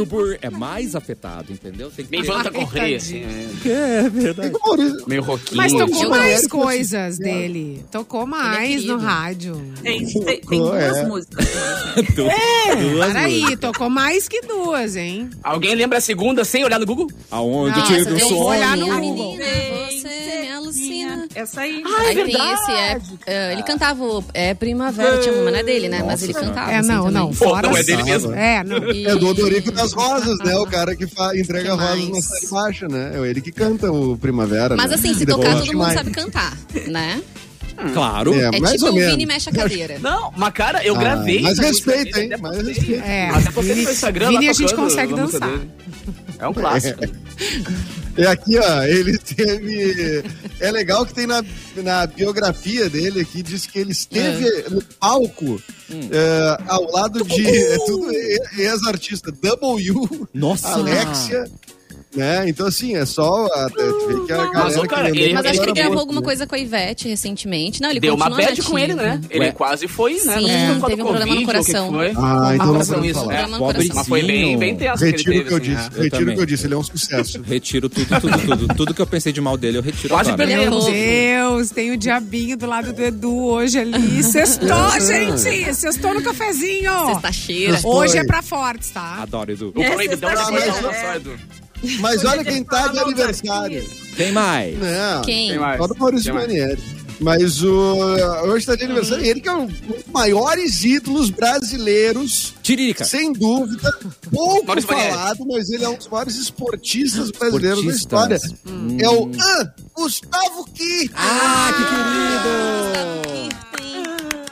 Speaker 1: Uber, É mais afetado, entendeu? Tem que
Speaker 3: Meio
Speaker 1: ter...
Speaker 3: Jonathan Correia, assim. né?
Speaker 1: É verdade.
Speaker 4: O Maurício-
Speaker 3: Meio roquinho.
Speaker 5: Mas tocou
Speaker 4: Eu
Speaker 5: mais
Speaker 4: não-
Speaker 5: coisas dele. Tocou mais no
Speaker 6: é querido.
Speaker 5: rádio.
Speaker 7: Tem, tem- tem duas
Speaker 4: É.
Speaker 7: músicas. né?
Speaker 6: Tá
Speaker 1: Du- Duas
Speaker 5: Peraí,
Speaker 1: músicas.
Speaker 5: tocou mais que duas, hein?
Speaker 3: Alguém lembra a segunda sem olhar no Google?
Speaker 1: Aonde
Speaker 5: Nossa,
Speaker 1: tive um
Speaker 5: eu vou olhar no
Speaker 1: sonho.
Speaker 5: Google.
Speaker 6: menina,
Speaker 7: Tem
Speaker 6: você me alucina.
Speaker 7: Essa aí.
Speaker 6: Aí tem esse, é, é, ele cantava o É Primavera, tinha uma, não é dele, né? Mas
Speaker 1: Nossa,
Speaker 6: ele
Speaker 1: cara.
Speaker 6: cantava.
Speaker 5: É,
Speaker 6: assim,
Speaker 5: não,
Speaker 6: também.
Speaker 5: não.
Speaker 3: Pô,
Speaker 5: Fora
Speaker 3: não é dele
Speaker 5: só.
Speaker 3: mesmo.
Speaker 5: É, não.
Speaker 6: E-
Speaker 4: É do Odorico das Rosas, né? O cara que fa- entrega
Speaker 6: Que mais?
Speaker 4: rosas na série baixa, né? É ele que canta o Primavera.
Speaker 6: Mas
Speaker 4: né?
Speaker 6: assim, se
Speaker 4: Devolve
Speaker 6: tocar, todo mundo
Speaker 4: demais.
Speaker 6: sabe cantar, né?
Speaker 1: Claro.
Speaker 4: É,
Speaker 6: É
Speaker 4: Tá, mais
Speaker 6: tipo
Speaker 4: ou
Speaker 6: o
Speaker 4: menos.
Speaker 6: Vini mexe a cadeira.
Speaker 3: Não, mas cara, eu
Speaker 4: Ah,
Speaker 3: gravei.
Speaker 4: mas
Speaker 3: essa música
Speaker 4: respeita,
Speaker 3: dele,
Speaker 4: hein?
Speaker 3: até
Speaker 4: Mas
Speaker 3: postei.
Speaker 4: respeita.
Speaker 5: É.
Speaker 3: Até postei no meu Instagram
Speaker 5: Vini,
Speaker 3: lá
Speaker 5: a gente
Speaker 3: tocando
Speaker 5: consegue
Speaker 3: a música
Speaker 5: dançar.
Speaker 3: dele. É um clássico.
Speaker 4: E É aqui, ó, ele teve. É legal que tem na, na biografia dele aqui, diz que ele esteve no palco
Speaker 6: Hum.
Speaker 4: é, ao lado de. É tudo e- ex-artista, W,
Speaker 1: Nossa.
Speaker 4: Alexia. Né? Então, assim, é só a, ver que a galera.
Speaker 3: Mas, ô, cara,
Speaker 4: que
Speaker 6: Mas acho que
Speaker 4: é lembrou
Speaker 3: ele-
Speaker 6: ele
Speaker 4: agora
Speaker 6: gravou
Speaker 4: muito,
Speaker 6: alguma
Speaker 4: né?
Speaker 6: coisa com a Ivete recentemente. Não, ele
Speaker 3: Deu uma
Speaker 6: continua
Speaker 3: bad com ele,
Speaker 6: nativa.
Speaker 3: né? Ele
Speaker 4: É.
Speaker 1: Ué.
Speaker 3: quase foi, né?
Speaker 6: Sim,
Speaker 3: foi por causa
Speaker 6: teve um
Speaker 3: do
Speaker 6: problema no
Speaker 3: Covid, ou o que
Speaker 6: coração.
Speaker 3: que foi.
Speaker 4: Ah, então não
Speaker 5: Uma
Speaker 4: podemos
Speaker 5: razão
Speaker 3: Isso,
Speaker 4: falar.
Speaker 3: né?
Speaker 6: Problema no
Speaker 1: Pobrezinho.
Speaker 6: coração.
Speaker 3: Mas foi bem, bem tenso que ele
Speaker 4: Ah, Retiro o
Speaker 3: teve.
Speaker 4: que eu
Speaker 3: assim,
Speaker 4: disse,
Speaker 3: né?
Speaker 4: retiro o
Speaker 1: também.
Speaker 4: que eu disse, ele é um sucesso.
Speaker 1: Retiro tudo, tudo, tudo. Tudo que eu pensei de mal dele, eu retiro
Speaker 3: Quase
Speaker 1: agora.
Speaker 3: perdeu.
Speaker 5: Meu
Speaker 6: Errou.
Speaker 5: Deus, tem o diabinho do lado do Edu hoje ali. Sextou, gente! Sextou no cafezinho!
Speaker 6: Sexta cheira.
Speaker 4: Sexta-
Speaker 5: Hoje é
Speaker 4: Foi.
Speaker 5: pra fortes, tá?
Speaker 1: Adoro, Edu.
Speaker 3: O proibidão
Speaker 7: Essa
Speaker 3: da
Speaker 4: história
Speaker 3: coração,
Speaker 7: é-
Speaker 3: só, Edu.
Speaker 4: Mas olha
Speaker 7: Podia
Speaker 4: quem tá
Speaker 7: é falar
Speaker 4: de
Speaker 7: mal dos
Speaker 4: aniversário.
Speaker 7: artistas.
Speaker 1: Tem mais.
Speaker 4: Não.
Speaker 6: Quem?
Speaker 3: Tem mais.
Speaker 4: Só do Maurício
Speaker 3: Tem mais.
Speaker 4: Manieri. Mas o, ah, hoje está de aniversário. Ele que é um dos maiores ídolos brasileiros.
Speaker 1: Tiririca.
Speaker 4: Sem dúvida, pouco
Speaker 3: Maurício Manieri.
Speaker 4: falado, mas ele é um dos maiores esportistas brasileiros da
Speaker 1: Esportistas.
Speaker 4: história. É o ah, Gustavo Kirchner.
Speaker 1: Ah, que querido!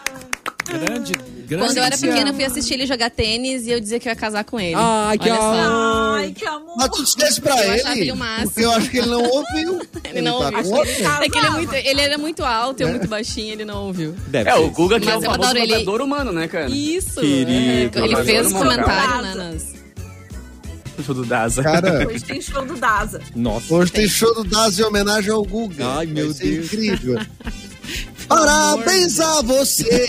Speaker 2: Grande, grande.
Speaker 6: Ah! Quando eu era
Speaker 2: notícia.
Speaker 6: pequena, eu fui assistir ele jogar tênis e eu dizia que eu ia casar com ele.
Speaker 1: Ai, que
Speaker 6: Olha só.
Speaker 1: amor!
Speaker 7: Ai, que amor.
Speaker 4: Mas tu dissesse pra
Speaker 6: Eu achava
Speaker 4: ele,
Speaker 6: ele o máximo.
Speaker 4: porque eu acho que ele não ouviu.
Speaker 6: Ele não
Speaker 4: tá
Speaker 6: ouviu.
Speaker 4: com outro.
Speaker 6: É que ele, é muito- ele era muito alto,
Speaker 4: É.
Speaker 6: eu muito baixinho, ele não ouviu.
Speaker 1: Deve
Speaker 3: É,
Speaker 1: ser.
Speaker 3: o Guga que
Speaker 6: Mas
Speaker 3: é o
Speaker 6: eu
Speaker 3: famoso
Speaker 6: adoro ele.
Speaker 3: matador humano, né, cara?
Speaker 6: Isso!
Speaker 1: Querido,
Speaker 6: é. Ele
Speaker 3: mas
Speaker 6: fez
Speaker 3: todo mundo
Speaker 6: comentário, né,
Speaker 7: casa.
Speaker 6: nas-
Speaker 3: Show do Daza.
Speaker 4: Cara,
Speaker 7: Hoje tem show do Daza.
Speaker 1: Nossa.
Speaker 4: hoje tem show do Daz em homenagem ao Guga.
Speaker 1: Ai,
Speaker 4: Vai
Speaker 1: meu
Speaker 4: ser
Speaker 1: Deus.
Speaker 4: incrível. Parabéns a você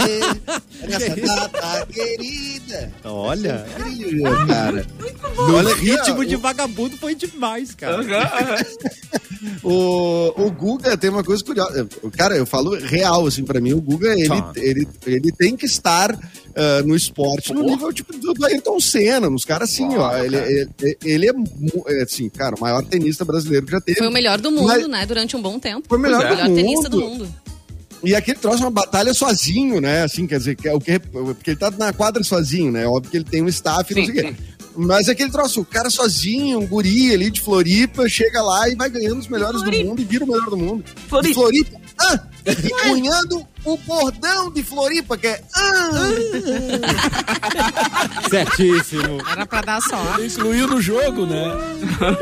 Speaker 4: nessa data querida.
Speaker 1: Olha.
Speaker 4: Incrível, cara.
Speaker 1: O
Speaker 4: Olha aqui, ó,
Speaker 1: ritmo de vagabundo foi demais,
Speaker 3: Uhum.
Speaker 1: cara.
Speaker 4: O, o Guga tem uma coisa curiosa. Eu- Cara, eu falo real, assim, pra mim, o Guga, ele,
Speaker 1: Tá.
Speaker 4: ele, ele tem que estar ah, no esporte no nível, tipo, do do Ayrton Senna, nos caras, assim, ó. Ele, ele, ele é, mu- é, assim, cara, o maior tenista brasileiro que já teve.
Speaker 6: Foi o melhor do mundo,
Speaker 4: Mas-
Speaker 6: né? Durante um bom tempo.
Speaker 4: Foi o melhor
Speaker 6: o
Speaker 4: do
Speaker 6: melhor tenista do
Speaker 4: mundo.
Speaker 6: mundo.
Speaker 4: E aqui ele trouxe uma batalha sozinho, né? Assim, quer dizer, que é o que, porque ele tá na quadra sozinho, né? Óbvio que ele tem um staff, não
Speaker 3: Sim,
Speaker 4: sei o quê. Mas é aquele troço, o cara sozinho, um guri ali de Floripa, chega lá e vai ganhando os melhores do
Speaker 7: Floripa.
Speaker 4: mundo e vira o melhor do mundo.
Speaker 7: Floripa.
Speaker 4: De Floripa. Ah, e cunhando o bordão de Floripa, que é. Ah,
Speaker 1: Certíssimo.
Speaker 5: Era pra dar sorte.
Speaker 2: Ele Incluiu no jogo, né?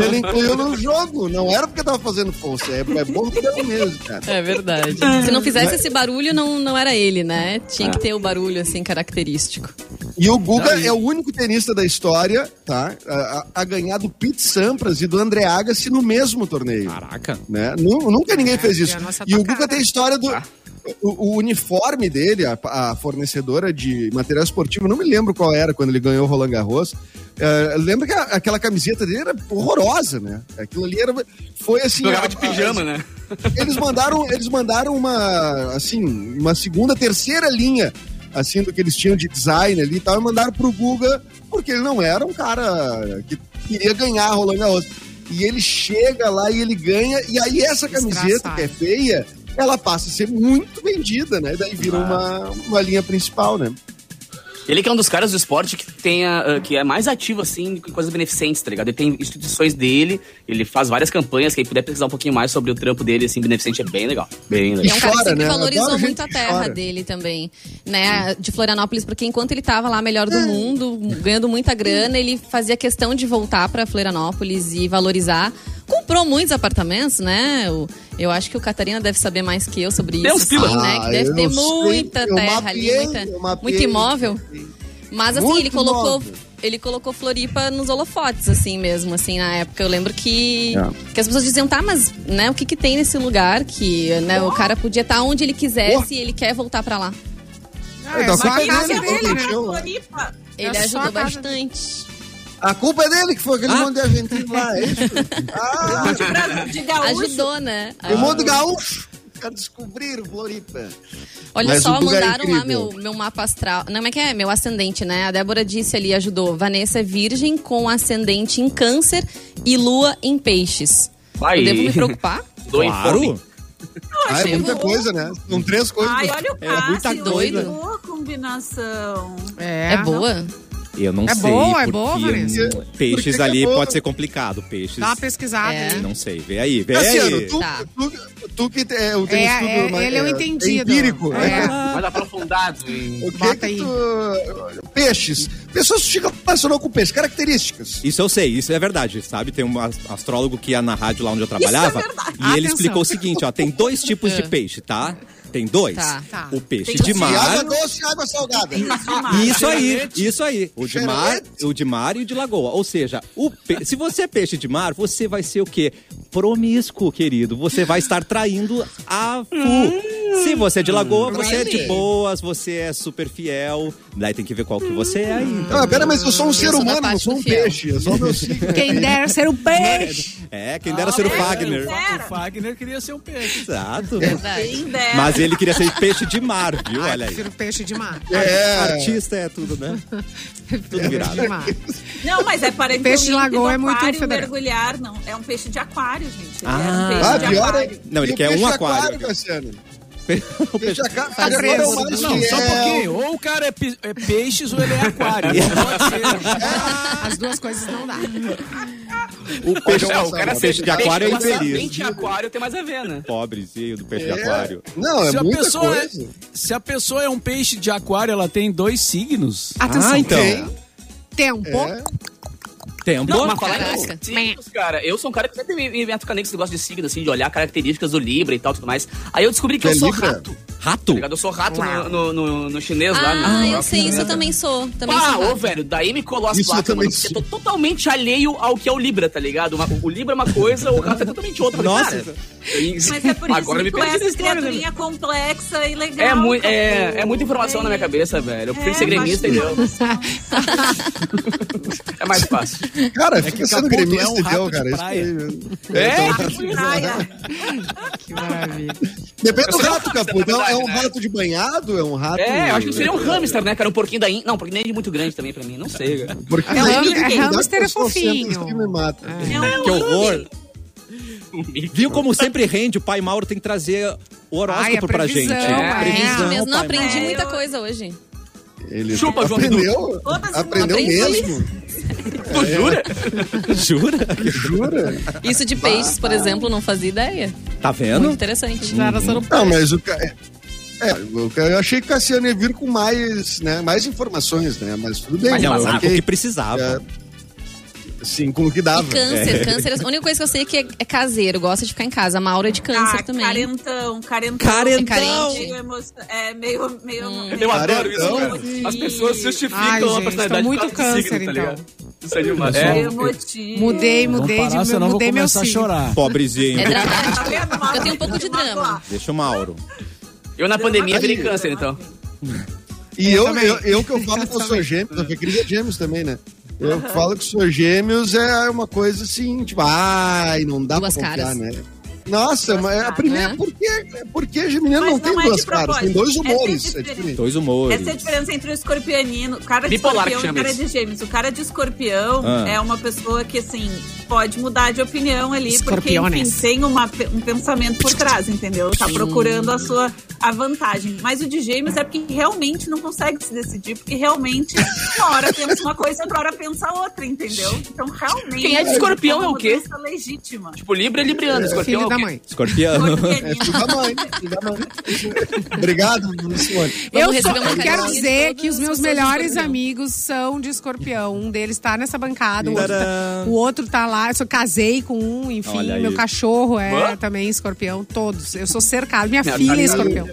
Speaker 4: ele incluiu no jogo. Não era porque tava fazendo força, é, é bordão mesmo, cara.
Speaker 6: É verdade. Se não fizesse esse barulho, não, não era ele, né? Tinha
Speaker 4: Ah.
Speaker 6: que ter o barulho, assim, característico.
Speaker 4: E o Guga é o único tenista da história, tá? A, a- a ganhar do Pete Sampras e do André Agassi no mesmo torneio.
Speaker 1: Caraca.
Speaker 4: né? Nu- Nunca ninguém fez isso.
Speaker 5: é a nossa
Speaker 4: E o
Speaker 5: tacada.
Speaker 4: Guga tem a história do.
Speaker 3: Tá.
Speaker 4: O, o uniforme dele, a, a fornecedora de material esportivo, não me lembro qual era quando ele ganhou o Roland Garros. É, lembra que a- aquela camiseta dele era horrorosa, né? Aquilo ali era. Foi assim.
Speaker 3: Jogava
Speaker 4: a-
Speaker 3: de pijama,
Speaker 4: a-
Speaker 3: né?
Speaker 4: Eles mandaram, eles mandaram uma. Assim, uma segunda, terceira linha, assim, do que eles tinham de design ali e tal, e mandaram pro Guga, porque ele não era um cara que queria ganhar a Roland Garros. E ele chega lá e ele ganha, e aí essa camiseta
Speaker 5: Desgraçado.
Speaker 4: que é feia, ela passa a ser muito vendida, né? Daí
Speaker 6: Ah.
Speaker 4: vira uma, uma linha principal, né?
Speaker 3: Ele que é um dos caras do esporte que, tem a- a- que é mais ativo, assim, em coisas beneficentes, tá ligado? Ele tem instituições dele, ele faz várias campanhas, quem puder pesquisar um pouquinho mais sobre o trampo dele, assim, beneficente, é bem legal. Bem
Speaker 6: E
Speaker 3: legal.
Speaker 6: é um cara
Speaker 4: chora,
Speaker 6: que sempre
Speaker 4: né?
Speaker 6: valorizou
Speaker 4: Adoro gente
Speaker 6: muito a
Speaker 4: que
Speaker 6: terra
Speaker 4: chora.
Speaker 6: dele também, né? De Florianópolis, porque enquanto ele tava lá melhor do
Speaker 4: É.
Speaker 6: mundo, ganhando muita grana, ele fazia questão de voltar pra Florianópolis e valorizar. Comprou muitos apartamentos, né? Eu, eu acho que o Catarina deve saber mais que eu sobre isso.
Speaker 3: Deus pila.
Speaker 6: assim, né? Que deve
Speaker 4: Ah, eu
Speaker 6: ter
Speaker 4: sei,
Speaker 6: muita
Speaker 4: eu
Speaker 6: terra
Speaker 4: mapeei,
Speaker 6: ali, muita,
Speaker 4: eu mapeei.
Speaker 6: muito imóvel. Mas assim,
Speaker 4: Muito
Speaker 6: ele colocou.
Speaker 4: imóvel.
Speaker 6: Ele colocou Floripa nos holofotes, assim mesmo, assim, na época. Eu lembro que,
Speaker 4: É.
Speaker 6: que as pessoas diziam, tá, mas né, o que, que tem nesse lugar que né, o cara podia estar onde ele quisesse e ele quer voltar pra lá.
Speaker 5: Ah,
Speaker 4: Então,
Speaker 5: é só
Speaker 4: culpa
Speaker 5: a casa
Speaker 4: dele,
Speaker 5: dele, né?
Speaker 4: Show, né?
Speaker 7: Floripa.
Speaker 6: Ele
Speaker 5: É só
Speaker 6: ajudou
Speaker 5: a casa
Speaker 6: bastante.
Speaker 4: A culpa é dele que foi aquele monte de argentino lá, é isso? Ah,
Speaker 7: De, Bra- de gaúcho.
Speaker 6: Ajudou, né?
Speaker 4: o mundo gaúcho! Os caras descobriram Floripa.
Speaker 6: Ah, Olha
Speaker 4: Mas
Speaker 6: só,
Speaker 4: o lugar é
Speaker 6: mandaram lá
Speaker 4: incrível.
Speaker 6: meu, meu mapa astral. Não, como é que é? Meu ascendente, né? A Débora disse ali, ajudou. Vanessa é virgem com ascendente em câncer e lua em peixes.
Speaker 3: Vai,
Speaker 6: Eu devo me preocupar?
Speaker 3: doe fome.
Speaker 4: Ah, é
Speaker 6: achei
Speaker 4: muita
Speaker 6: bom.
Speaker 4: coisa, né? São três coisas.
Speaker 7: Ai, olha o
Speaker 1: É muita
Speaker 7: Cássio.
Speaker 6: coisa.
Speaker 7: Boa combinação.
Speaker 5: É,
Speaker 6: É, boa?
Speaker 1: Eu não
Speaker 5: É
Speaker 1: sei.
Speaker 5: boa, é
Speaker 1: porque
Speaker 5: boa, Vanessa?
Speaker 1: não- Peixes
Speaker 4: Por que que é
Speaker 1: ali
Speaker 4: boa?
Speaker 1: pode ser complicado. Peixes.
Speaker 5: Dá uma pesquisada
Speaker 6: É.
Speaker 5: aí.
Speaker 1: Não sei. Vê aí, vê
Speaker 4: Cassiano,
Speaker 1: aí.
Speaker 4: assim, tu,
Speaker 6: Tá.
Speaker 4: tu, tu que te- é, eu tenho
Speaker 5: É,
Speaker 4: estudo...
Speaker 5: é,
Speaker 4: mas,
Speaker 5: ele é o entendido.
Speaker 4: Empírico. né?
Speaker 5: É.
Speaker 3: Mais aprofundado em...
Speaker 4: O que
Speaker 5: Bota
Speaker 4: que
Speaker 5: aí.
Speaker 4: tu- Peixes. Pessoas que ficam relacionadas com peixe. Características.
Speaker 1: Isso eu sei, isso é verdade, sabe? Tem um as- astrólogo que ia na rádio lá onde eu trabalhava e ele
Speaker 5: Atenção.
Speaker 1: explicou o seguinte, ó, tem dois tipos de
Speaker 6: É.
Speaker 1: peixe, tá? Tem dois.
Speaker 6: Tá.
Speaker 5: Tá.
Speaker 1: O peixe
Speaker 6: Tem
Speaker 1: de
Speaker 6: de
Speaker 4: água
Speaker 1: mar.
Speaker 4: doce e água salgada.
Speaker 1: Isso aí, isso aí. O de mar,
Speaker 4: Cheirante.
Speaker 1: o de mar e o de lagoa. Ou seja, o pe- se você é peixe de mar, você vai ser o quê? Promíscuo, querido. Você vai estar traindo a
Speaker 4: Hum.
Speaker 1: fu. Se você é de lagoa, você é de
Speaker 6: really?
Speaker 1: boas, você é super fiel. Daí tem que ver qual que você é aí. então.
Speaker 4: Ah, pera, mas eu sou um ser
Speaker 6: sou da
Speaker 4: humano,
Speaker 6: parte
Speaker 4: não sou
Speaker 6: do
Speaker 4: um
Speaker 6: fiel.
Speaker 4: peixe. Eu sou o meu signo.
Speaker 5: Quem dera ser o peixe.
Speaker 4: Hum.
Speaker 1: É, quem dera
Speaker 4: Ah,
Speaker 1: ser o
Speaker 7: é,
Speaker 1: Fagner.
Speaker 7: é.
Speaker 2: O Fagner queria ser um peixe.
Speaker 1: Exato.
Speaker 4: É.
Speaker 6: Verdade.
Speaker 7: Quem dera.
Speaker 1: Mas ele queria ser peixe de mar, viu? Olha aí.
Speaker 5: Prefiro peixe de mar.
Speaker 4: É.
Speaker 1: Artista é tudo, né? Tudo
Speaker 5: Peixe
Speaker 1: virado.
Speaker 5: de mar.
Speaker 7: Não, mas é parecido.
Speaker 5: Peixe de lagoa é muito
Speaker 7: aquário,
Speaker 5: federal.
Speaker 7: mergulhar, não. É um peixe de aquário, gente. Ele
Speaker 1: Ah.
Speaker 7: é um peixe
Speaker 4: Ah,
Speaker 7: de
Speaker 4: pior é...
Speaker 7: aquário.
Speaker 1: Não, ele
Speaker 4: e o
Speaker 1: quer um
Speaker 4: peixe
Speaker 1: aquário.
Speaker 4: Cassiano.
Speaker 1: O peixe-
Speaker 4: Peixe aca- agora é o mais
Speaker 2: Não, só um
Speaker 4: fiel.
Speaker 2: pouquinho. Ou o cara é, pe- é peixes ou ele é aquário. Não pode ser.
Speaker 5: É. As duas coisas não dá.
Speaker 1: O peixe,
Speaker 4: é,
Speaker 1: o cara peixe de aquário é infeliz.
Speaker 3: de aquário tem mais a ver, né?
Speaker 1: Pobrezinho do peixe de
Speaker 4: É.
Speaker 1: aquário.
Speaker 4: Não, é
Speaker 2: se, a
Speaker 4: muita
Speaker 2: pessoa é,
Speaker 4: coisa.
Speaker 2: se a pessoa é um peixe de aquário, ela tem dois signos.
Speaker 5: Atenção.
Speaker 1: Ah, então.
Speaker 5: Tempo.
Speaker 2: um
Speaker 4: É.
Speaker 1: Tempo.
Speaker 3: Não, mas falar
Speaker 6: caraca.
Speaker 3: em signos, cara. Eu sou um cara que sempre me me invento com esse negócio de signo, assim, de olhar características do Libra e tal, tudo mais. Aí eu descobri
Speaker 4: Tu
Speaker 3: que
Speaker 4: é
Speaker 3: eu sou
Speaker 4: Libra?
Speaker 3: rato. Tá
Speaker 1: Rato.
Speaker 3: ligado? Eu sou rato no, no, no- no chinês lá. né? no-
Speaker 6: Ah,
Speaker 3: no-
Speaker 6: eu sei, isso eu também sou. Também
Speaker 3: Pá,
Speaker 6: sou.
Speaker 3: ô, velho, daí me colou as
Speaker 4: Isso eu
Speaker 3: placas,
Speaker 4: também
Speaker 3: mano, porque eu
Speaker 4: sou.
Speaker 3: tô totalmente alheio ao que é o Libra, tá ligado? Uma- o Libra é uma coisa, o rato é totalmente outra. Falei,
Speaker 1: Nossa.
Speaker 3: cara,
Speaker 7: Mas é por isso
Speaker 3: Agora me
Speaker 7: que tu é
Speaker 3: perdi na
Speaker 7: essa
Speaker 3: história, né?
Speaker 7: criaturinha complexa e legal. tá
Speaker 3: É, mui- é,
Speaker 7: Capu.
Speaker 3: é muita informação na minha cabeça, velho.
Speaker 7: É,
Speaker 3: Eu prefiro ser gremista,
Speaker 7: mas-
Speaker 3: entendeu? É mais fácil.
Speaker 4: Cara, fica sendo
Speaker 2: Caputo é
Speaker 4: gremista,
Speaker 2: um
Speaker 4: entendeu,
Speaker 2: rato de
Speaker 4: cara? Isso
Speaker 2: praia.
Speaker 4: aí mesmo.
Speaker 7: Ah, Praia. Ah,
Speaker 5: Que maravilha.
Speaker 4: Depende do
Speaker 3: sou um
Speaker 4: rato,
Speaker 3: hamster,
Speaker 4: Capu.
Speaker 3: na
Speaker 4: Não, É um
Speaker 3: verdade, né?
Speaker 4: rato de banhado? É um rato...
Speaker 3: É, eu acho que seria um hamster, né, cara? Um porquinho da Índia. Não, um porquinho da Índia é muito grande também pra mim. Não sei, cara.
Speaker 4: Porque
Speaker 5: É um
Speaker 4: daí
Speaker 5: ham-
Speaker 4: tem que
Speaker 5: é
Speaker 4: cuidar que
Speaker 5: hamster
Speaker 4: a
Speaker 5: é
Speaker 4: pessoa senta, isso
Speaker 5: fofinho.
Speaker 4: que me mata.
Speaker 7: É um
Speaker 1: Que horror.
Speaker 3: Mico.
Speaker 1: Viu como sempre rende? O pai Mauro tem que trazer o
Speaker 5: Ai,
Speaker 1: horóscopo
Speaker 5: a
Speaker 1: pra gente. né?
Speaker 5: previsão,
Speaker 3: é.
Speaker 6: Isso
Speaker 1: Previsão,
Speaker 6: mesmo, não
Speaker 1: pai
Speaker 6: aprendi
Speaker 1: Mauro.
Speaker 6: muita
Speaker 7: eu-
Speaker 6: coisa hoje.
Speaker 4: Ele
Speaker 3: Chupa, João
Speaker 4: aprendeu,
Speaker 7: Todas
Speaker 4: aprendeu
Speaker 6: aprendi.
Speaker 4: mesmo.
Speaker 3: Tu jura?
Speaker 1: É. Jura?
Speaker 4: Jura?
Speaker 6: Isso de peixes, por exemplo, não fazia ideia.
Speaker 1: Tá
Speaker 6: Muito
Speaker 1: vendo?
Speaker 6: interessante.
Speaker 5: Já era só no
Speaker 4: Não, mas o cara. É, o ca- eu achei que o Cassiano ia vir com mais, né, mais informações, né? Mas tudo bem.
Speaker 1: Mas não,
Speaker 4: eu
Speaker 1: eu
Speaker 4: fiquei,
Speaker 1: o que É. precisava.
Speaker 4: É, Sim, com o que dava. É.
Speaker 6: E câncer, câncer. A única coisa que eu sei é que é, é caseiro, gosta de ficar em casa. A Maura é de câncer
Speaker 7: Ah,
Speaker 6: também.
Speaker 7: Carentão, carentão.
Speaker 1: Carentão.
Speaker 6: Carente.
Speaker 7: Meio emoção- É, meio. meio, meio-
Speaker 6: Hum.
Speaker 3: Eu adoro isso,
Speaker 4: Então,
Speaker 3: cara. As pessoas justificam
Speaker 5: Ai,
Speaker 3: a
Speaker 5: gente,
Speaker 3: personalidade
Speaker 5: tô muito
Speaker 3: por causa do
Speaker 5: câncer,
Speaker 3: signo, tá
Speaker 5: então.
Speaker 3: ligado? Isso é demais.
Speaker 2: Eu sou-
Speaker 7: meio
Speaker 3: É.
Speaker 7: emotivo.
Speaker 5: Mudei,
Speaker 2: Não
Speaker 5: mudei de
Speaker 2: parar, senão eu vou
Speaker 5: mudei meu
Speaker 2: começar a
Speaker 5: signo.
Speaker 2: chorar.
Speaker 1: Pobrezinho.
Speaker 6: É dramático.
Speaker 7: Tá vendo, Mauro?
Speaker 6: Eu tenho um pouco de
Speaker 7: Magoar.
Speaker 6: drama.
Speaker 1: Deixa o Mauro.
Speaker 3: Eu na pandemia virei câncer, então.
Speaker 4: E eu,
Speaker 5: também.
Speaker 4: eu, eu que eu falo que eu sou gêmeos, eu queria gêmeos também, né? Eu que falo que sou gêmeos é uma coisa assim, tipo, ai, não dá
Speaker 6: Duas
Speaker 4: pra confiar,
Speaker 6: caras.
Speaker 4: né? Nossa,
Speaker 7: Duas
Speaker 4: mas é, a
Speaker 7: caras,
Speaker 4: primeira,
Speaker 6: né?
Speaker 4: por que, por que Geminiano
Speaker 7: Mas
Speaker 4: não tem
Speaker 7: não é
Speaker 4: duas
Speaker 7: de
Speaker 4: caras? Tem
Speaker 7: propósito.
Speaker 4: dois
Speaker 7: É
Speaker 4: humores,
Speaker 7: sempre
Speaker 4: é
Speaker 7: diferente.
Speaker 4: diferente.
Speaker 1: Dois humores.
Speaker 7: Essa é a diferença entre o escorpianino, o cara de
Speaker 3: Bipolar que
Speaker 7: escorpião e o
Speaker 3: chama
Speaker 7: cara
Speaker 3: isso.
Speaker 7: de gêmeos. O cara de escorpião
Speaker 1: Ah.
Speaker 7: é uma pessoa que, assim, pode mudar de opinião ali, porque, enfim,
Speaker 5: Escorpiones.
Speaker 7: tem uma pe- um pensamento por trás, entendeu? Tá procurando a sua a vantagem. Mas o de gêmeos é porque realmente não consegue se decidir, porque realmente uma hora pensa uma coisa, outra hora pensa outra, entendeu? Então, realmente...
Speaker 3: Quem é de escorpião é o quê?
Speaker 7: uma mudança legítima.
Speaker 3: Tipo, Libra é libriano, escorpião é
Speaker 5: Filho
Speaker 3: o
Speaker 5: da
Speaker 3: quê?
Speaker 5: mãe.
Speaker 1: Escorpião.
Speaker 4: É
Speaker 7: Escorpianino.
Speaker 4: tudo da mãe, tudo da mãe. Obrigado, Simone.
Speaker 6: Vamos
Speaker 5: Eu só
Speaker 6: receber uma
Speaker 5: quero
Speaker 6: cartinha de
Speaker 5: dizer
Speaker 6: todas
Speaker 5: que os
Speaker 6: as pessoas
Speaker 5: meus
Speaker 6: de
Speaker 5: melhores
Speaker 6: escorpião.
Speaker 5: amigos são de escorpião. Um deles tá nessa bancada, o outro tá,
Speaker 1: Tcharam.
Speaker 5: o outro tá lá. Eu só casei com um, enfim.
Speaker 1: Olha aí.
Speaker 5: Meu cachorro é
Speaker 3: Hã?
Speaker 5: também escorpião. Todos. Eu sou cercado. Minha
Speaker 3: Não,
Speaker 5: filha
Speaker 3: tá
Speaker 5: é
Speaker 3: ligado.
Speaker 5: escorpião.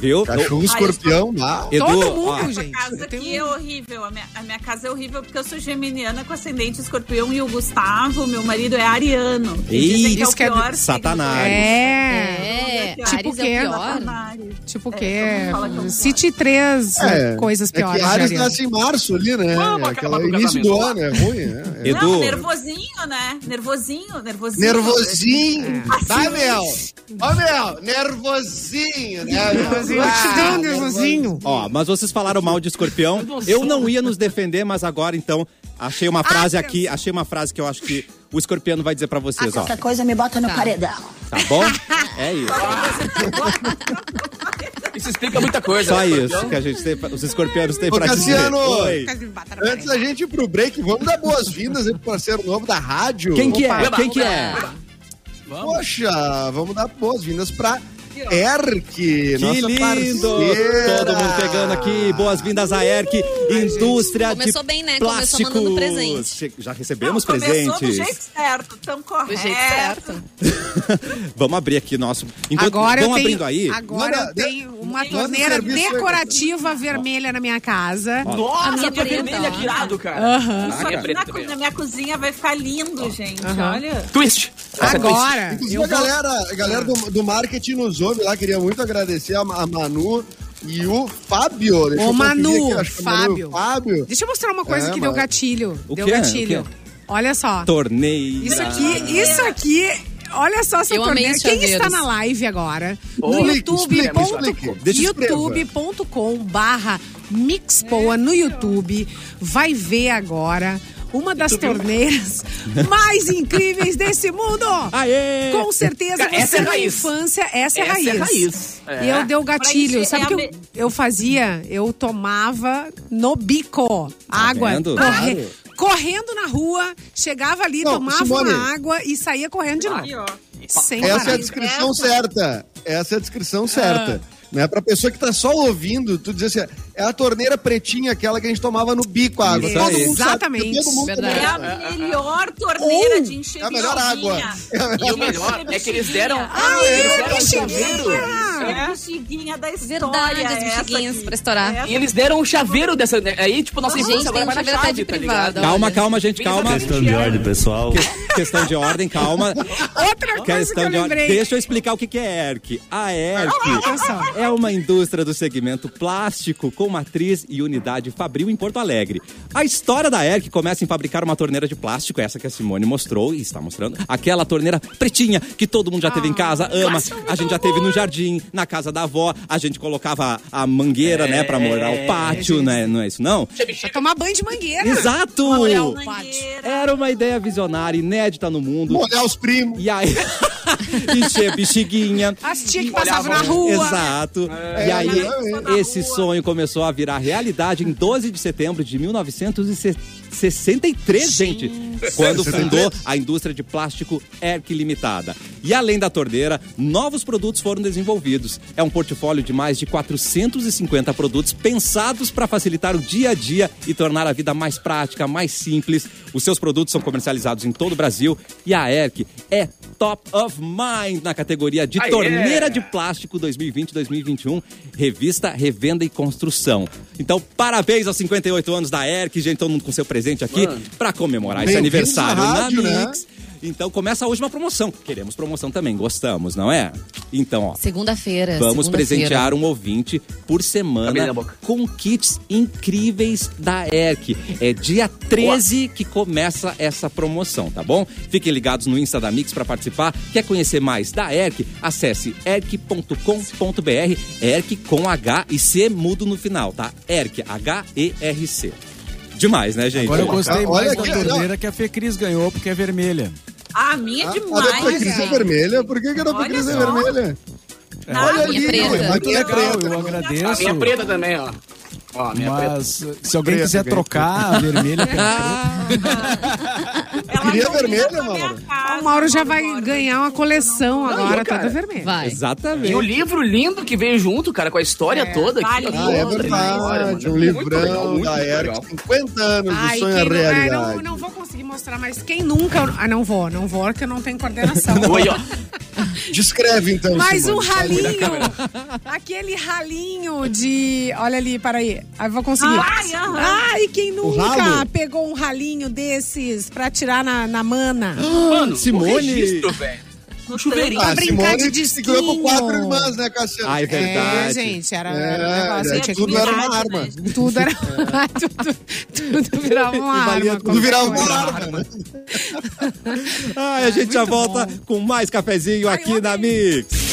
Speaker 1: Viu?
Speaker 4: Cachorro, escorpião, lá.
Speaker 1: Edu,
Speaker 5: Todo mundo,
Speaker 1: ó,
Speaker 5: gente.
Speaker 7: casa
Speaker 5: Eu tenho- um-
Speaker 7: aqui é horrível. A minha, a minha casa é horrível porque eu sou geminiana com ascendente escorpião e o Gustavo, meu marido, é ariano. E dizem
Speaker 1: Ih,
Speaker 7: que é o
Speaker 5: isso que é
Speaker 7: pior.
Speaker 1: Satanás.
Speaker 5: É.
Speaker 6: É,
Speaker 7: Tipo
Speaker 6: Ares é
Speaker 5: quê?
Speaker 6: o
Speaker 7: signo do
Speaker 6: pior.
Speaker 7: Satanás.
Speaker 5: Tipo o
Speaker 7: É,
Speaker 5: quê?
Speaker 7: todo mundo fala que é o pior.
Speaker 5: Cite três né, coisas
Speaker 4: É
Speaker 5: piores.
Speaker 4: que
Speaker 5: de
Speaker 4: Ares
Speaker 5: Ariano.
Speaker 4: nasce em março ali, né?
Speaker 3: Vamos
Speaker 4: É aquela
Speaker 3: acabar com o
Speaker 4: início do ano, é ruim, né? É.
Speaker 1: Edu.
Speaker 7: Não, nervosinho, né? Nervosinho, nervosinho.
Speaker 5: É.
Speaker 4: Nervosinho!
Speaker 7: Assim.
Speaker 4: Vai, meu! Ó, meu! Nervosinho, né?
Speaker 5: Nervosinho. Eu te dou um nervosinho.
Speaker 1: Ó, mas vocês falaram mal de escorpião. Eu não ia nos defender, mas agora então achei uma frase aqui, achei uma frase que eu acho que o escorpiano vai dizer pra vocês, ó.
Speaker 8: Qualquer coisa me bota no paredão.
Speaker 1: Tá bom? É isso.
Speaker 3: Isso explica muita coisa.
Speaker 1: Só
Speaker 3: né?
Speaker 1: isso que a gente tem, pra- os escorpianos têm
Speaker 4: Ô,
Speaker 1: pra dizer.
Speaker 4: Cassiano!
Speaker 1: Oi.
Speaker 7: tá
Speaker 4: Antes da gente ir pro break, vamos dar boas-vindas aí pro parceiro novo da rádio.
Speaker 1: Quem que é?
Speaker 3: Opa.
Speaker 1: Quem que é?
Speaker 4: Poxa, vamos dar boas-vindas pra Erk,
Speaker 1: Que
Speaker 4: nossa
Speaker 1: lindo!
Speaker 4: parceira.
Speaker 1: Todo mundo pegando aqui. Boas-vindas a ERC, indústria
Speaker 6: Começou
Speaker 1: de
Speaker 6: bem, né? Começou
Speaker 1: plásticos.
Speaker 6: mandando presente.
Speaker 1: Che- Já
Speaker 7: Não,
Speaker 1: recebemos
Speaker 7: começou do
Speaker 1: presentes.
Speaker 7: jeito certo, tão correto.
Speaker 6: Do jeito certo.
Speaker 1: Vamos abrir aqui nosso. Enquanto
Speaker 5: agora
Speaker 1: vão
Speaker 5: eu tenho,
Speaker 1: abrindo aí.
Speaker 5: Agora
Speaker 4: Manda-
Speaker 5: eu tenho uma
Speaker 4: manda o
Speaker 5: torneira
Speaker 4: serviço aí,
Speaker 5: decorativa vermelha na minha casa.
Speaker 3: Nossa,
Speaker 6: A minha
Speaker 3: minha
Speaker 6: preta,
Speaker 3: vermelha,
Speaker 6: ó.
Speaker 3: que irado, cara.
Speaker 7: Isso
Speaker 3: A
Speaker 7: aqui
Speaker 3: minha preta
Speaker 7: na,
Speaker 3: também.
Speaker 7: na minha cozinha vai ficar lindo, gente. Olha.
Speaker 3: Twist. Essa é twist.
Speaker 5: Agora,
Speaker 4: Inclusive,
Speaker 5: eu
Speaker 4: a
Speaker 5: vou
Speaker 4: galera, a galera do, do marketing nos ouve lá. Queria muito agradecer a, a Manu e o Fábio. Deixa
Speaker 5: Ô,
Speaker 4: eu conferir
Speaker 5: Manu,
Speaker 4: aqui, acho que é Manu e o
Speaker 5: Fábio.
Speaker 4: Fábio.
Speaker 5: Deixa eu mostrar uma coisa
Speaker 4: É,
Speaker 5: que deu
Speaker 4: mas-
Speaker 5: gatilho.
Speaker 1: O
Speaker 5: deu
Speaker 1: que é?
Speaker 5: gatilho.
Speaker 1: O que
Speaker 5: Olha só.
Speaker 1: Torneio.
Speaker 5: Isso é aqui, isso aqui. Olha só essa
Speaker 6: Eu amei
Speaker 5: torneira.
Speaker 6: os
Speaker 5: Quem está
Speaker 6: chaveiros.
Speaker 5: na live agora?
Speaker 3: Oh,
Speaker 5: no
Speaker 4: explique, explique,
Speaker 5: youtube.com
Speaker 4: explique. Deixa eu escrever.
Speaker 5: youtube.com barra mixpoa no YouTube. Vai ver agora uma das torneiras mais incríveis desse mundo.
Speaker 1: Aê!
Speaker 5: Com certeza,
Speaker 3: Cara,
Speaker 5: você
Speaker 3: essa é a
Speaker 5: na
Speaker 3: raiz.
Speaker 5: infância, essa é a
Speaker 3: Essa
Speaker 5: raiz.
Speaker 3: é a raiz. É.
Speaker 5: E eu deu
Speaker 7: Pra
Speaker 5: gatilho.
Speaker 7: encher
Speaker 5: Sabe o que
Speaker 7: a
Speaker 5: eu, eu fazia? Eu tomava no bico água.
Speaker 1: vendo?
Speaker 5: corre-
Speaker 1: Claro.
Speaker 5: Correndo na rua, chegava ali,
Speaker 4: Não,
Speaker 5: tomava
Speaker 4: Simone.
Speaker 5: uma água e saía correndo de novo.
Speaker 7: Aqui, ó.
Speaker 5: Sem
Speaker 4: Essa é a
Speaker 5: parar.
Speaker 4: descrição
Speaker 7: Essa.
Speaker 4: certa. Essa é a descrição certa. Né? Pra pessoa que tá só ouvindo, tu diz assim, é a torneira pretinha, aquela que a gente tomava no bico a água.
Speaker 1: Isso
Speaker 4: Todo
Speaker 1: aí.
Speaker 4: mundo sabe,
Speaker 5: Exatamente.
Speaker 4: todo mundo
Speaker 6: Verdade.
Speaker 7: É
Speaker 4: conhece.
Speaker 7: a melhor torneira de encher
Speaker 4: É a melhor água.
Speaker 3: E o melhor é que eles deram. eles deram um chaveiro.
Speaker 7: É a bexiguinha da história.
Speaker 6: Verdade, das
Speaker 7: é essa
Speaker 6: bexiguinhas
Speaker 7: aqui.
Speaker 6: pra estourar.
Speaker 7: Essa é
Speaker 3: E eles deram um chaveiro dessa. Aí, tipo, nossa
Speaker 6: Gente,
Speaker 3: infância
Speaker 6: tem
Speaker 3: agora
Speaker 6: um
Speaker 3: vai na
Speaker 6: chaveiro até
Speaker 3: chave,
Speaker 6: de
Speaker 3: tá
Speaker 6: privada.
Speaker 3: ligado? é
Speaker 6: Olha.
Speaker 1: Calma, calma, gente, calma.
Speaker 3: Pensa
Speaker 9: Questão de ordem, pessoal.
Speaker 1: Que- Questão de ordem, calma.
Speaker 5: Outra coisa
Speaker 1: é Questão
Speaker 5: que
Speaker 1: de ordem.
Speaker 5: eu lembrei. Ah,
Speaker 1: Deixa eu explicar o que que é ERC. A ERC é uma indústria do segmento plástico com matriz e unidade Fabril em Porto Alegre. A história da ERC começa em fabricar uma torneira de plástico, essa que a Simone mostrou e está mostrando. Aquela torneira pretinha que todo mundo já teve
Speaker 5: Ah,
Speaker 1: em casa, ama. A gente já teve no jardim, na casa da avó. A gente colocava a mangueira, né, pra molhar o pátio, né? Não é isso, não?
Speaker 5: Pra tomar banho de mangueira.
Speaker 1: Exato!
Speaker 5: Molhar o pátio.
Speaker 7: mangueira.
Speaker 1: Era uma ideia visionária, inédita no mundo.
Speaker 4: Molhar os primos.
Speaker 1: E aí. Encher bexiguinha.
Speaker 5: As tias que passavam na rua.
Speaker 1: Exato. e aí,
Speaker 7: é.
Speaker 1: esse sonho começou a virar realidade em 12 de setembro de 1963, gente. Quando fundou a indústria de plástico ERC Limitada. E além da torneira, novos produtos foram desenvolvidos. É um portfólio de mais de 450 produtos pensados para facilitar o dia a dia e tornar a vida mais prática, mais simples. Os seus produtos são comercializados em todo o Brasil e a ERC é top of mind na categoria de
Speaker 3: Aê!
Speaker 1: torneira de Plástico 2020-2021, revista, revenda e construção. Então, parabéns aos 58 anos da ERC, gente, todo mundo com seu presente aqui pra comemorar esse
Speaker 4: Bem-vindos
Speaker 1: aniversário
Speaker 4: à
Speaker 1: na
Speaker 4: rádio, né?
Speaker 1: Mix. Então, começa hoje uma promoção. Queremos promoção também, gostamos, não é? Então, ó,
Speaker 2: É
Speaker 6: Segunda-feira.
Speaker 1: Vamos
Speaker 6: segunda-feira.
Speaker 1: presentear um ouvinte por
Speaker 3: Abre
Speaker 1: semana
Speaker 3: a boca.
Speaker 1: com kits incríveis da ERC. É dia 13 que começa essa promoção, tá bom? Fiquem ligados no Insta da Mix para participar. Quer conhecer mais da ERC? Acesse erc.com.br, ERC com H e C mudo no final, tá? ERC, H-E-R-C. Demais, né, gente?
Speaker 2: Agora eu gostei
Speaker 4: Olha
Speaker 2: mais da
Speaker 4: aqui,
Speaker 2: torneira que a Fê Cris ganhou, porque é vermelha.
Speaker 7: A minha é
Speaker 4: a da tua
Speaker 7: demais.
Speaker 4: crise é
Speaker 7: gente.
Speaker 4: vermelha? Por que, que a da tua
Speaker 7: Olha
Speaker 4: crise é
Speaker 7: só.
Speaker 4: vermelha?
Speaker 7: Ah,
Speaker 4: Olha
Speaker 6: minha
Speaker 4: ali,
Speaker 6: preta.
Speaker 4: ué, mas tu é
Speaker 2: Legal,
Speaker 7: tá
Speaker 4: preta.
Speaker 2: eu
Speaker 3: A
Speaker 2: agradeço.
Speaker 3: minha preta também, ó. Ó,
Speaker 4: É
Speaker 3: a minha preta.
Speaker 2: Mas se alguém
Speaker 4: Preta,
Speaker 2: quiser
Speaker 4: preta.
Speaker 2: trocar a vermelha pela
Speaker 6: Ah,
Speaker 3: tá
Speaker 7: Ela
Speaker 4: Queria
Speaker 7: domina
Speaker 4: vermelha,
Speaker 7: toda a minha
Speaker 4: Mauro.
Speaker 7: casa,
Speaker 5: O Mauro já vai
Speaker 7: Borba.
Speaker 5: ganhar uma coleção agora, toda vermelha.
Speaker 6: Vai.
Speaker 1: Exatamente.
Speaker 3: E o livro lindo que veio junto, cara, com a história toda. Aqui,
Speaker 7: vale.
Speaker 3: ó.
Speaker 4: Ah, é
Speaker 7: Olha,
Speaker 3: Olha,
Speaker 4: verdade.
Speaker 3: mano,
Speaker 4: Um
Speaker 3: muito legal,
Speaker 4: livrão
Speaker 3: muito,
Speaker 4: da
Speaker 3: muito
Speaker 4: ERC.
Speaker 3: legal.
Speaker 4: 50 anos do
Speaker 5: Ai,
Speaker 4: sonho à
Speaker 5: quem não, é, não,
Speaker 4: realidade.
Speaker 5: não vou conseguir mostrar, mas quem nunca. Ah, não vou, não vou, porque eu não tenho coordenação.
Speaker 3: Oi, ó.
Speaker 4: Descreve então.
Speaker 5: Mas um
Speaker 4: Simone.
Speaker 5: ralinho! Aquele ralinho de. Olha ali, para aí. Aí eu vou conseguir.
Speaker 7: Ai, aham.
Speaker 5: Ai, quem nunca
Speaker 4: ralo?
Speaker 5: pegou um ralinho desses pra tirar na, na mana?
Speaker 3: Mano,
Speaker 1: Simone.
Speaker 3: o registro, velho.
Speaker 5: um
Speaker 7: No
Speaker 3: chuveirinho.
Speaker 4: Ah,
Speaker 5: Pra brincar
Speaker 4: Simone
Speaker 5: de
Speaker 4: segurou com
Speaker 5: disquinho.
Speaker 4: quatro irmãs, né, Cassiano?
Speaker 1: Ah, é verdade.
Speaker 5: É, gente, era, era um negócio.
Speaker 4: É,
Speaker 5: eu
Speaker 4: é,
Speaker 5: tinha que
Speaker 4: tudo era
Speaker 5: brincar.
Speaker 4: uma
Speaker 7: brincar,
Speaker 4: arma.
Speaker 5: Tudo era. tudo, tudo virava uma
Speaker 4: E valia
Speaker 5: arma.
Speaker 4: tudo um virava
Speaker 5: qualquer
Speaker 4: uma
Speaker 5: coisa.
Speaker 4: arma.
Speaker 1: Ai, a gente já volta com mais cafezinho aqui na Mix.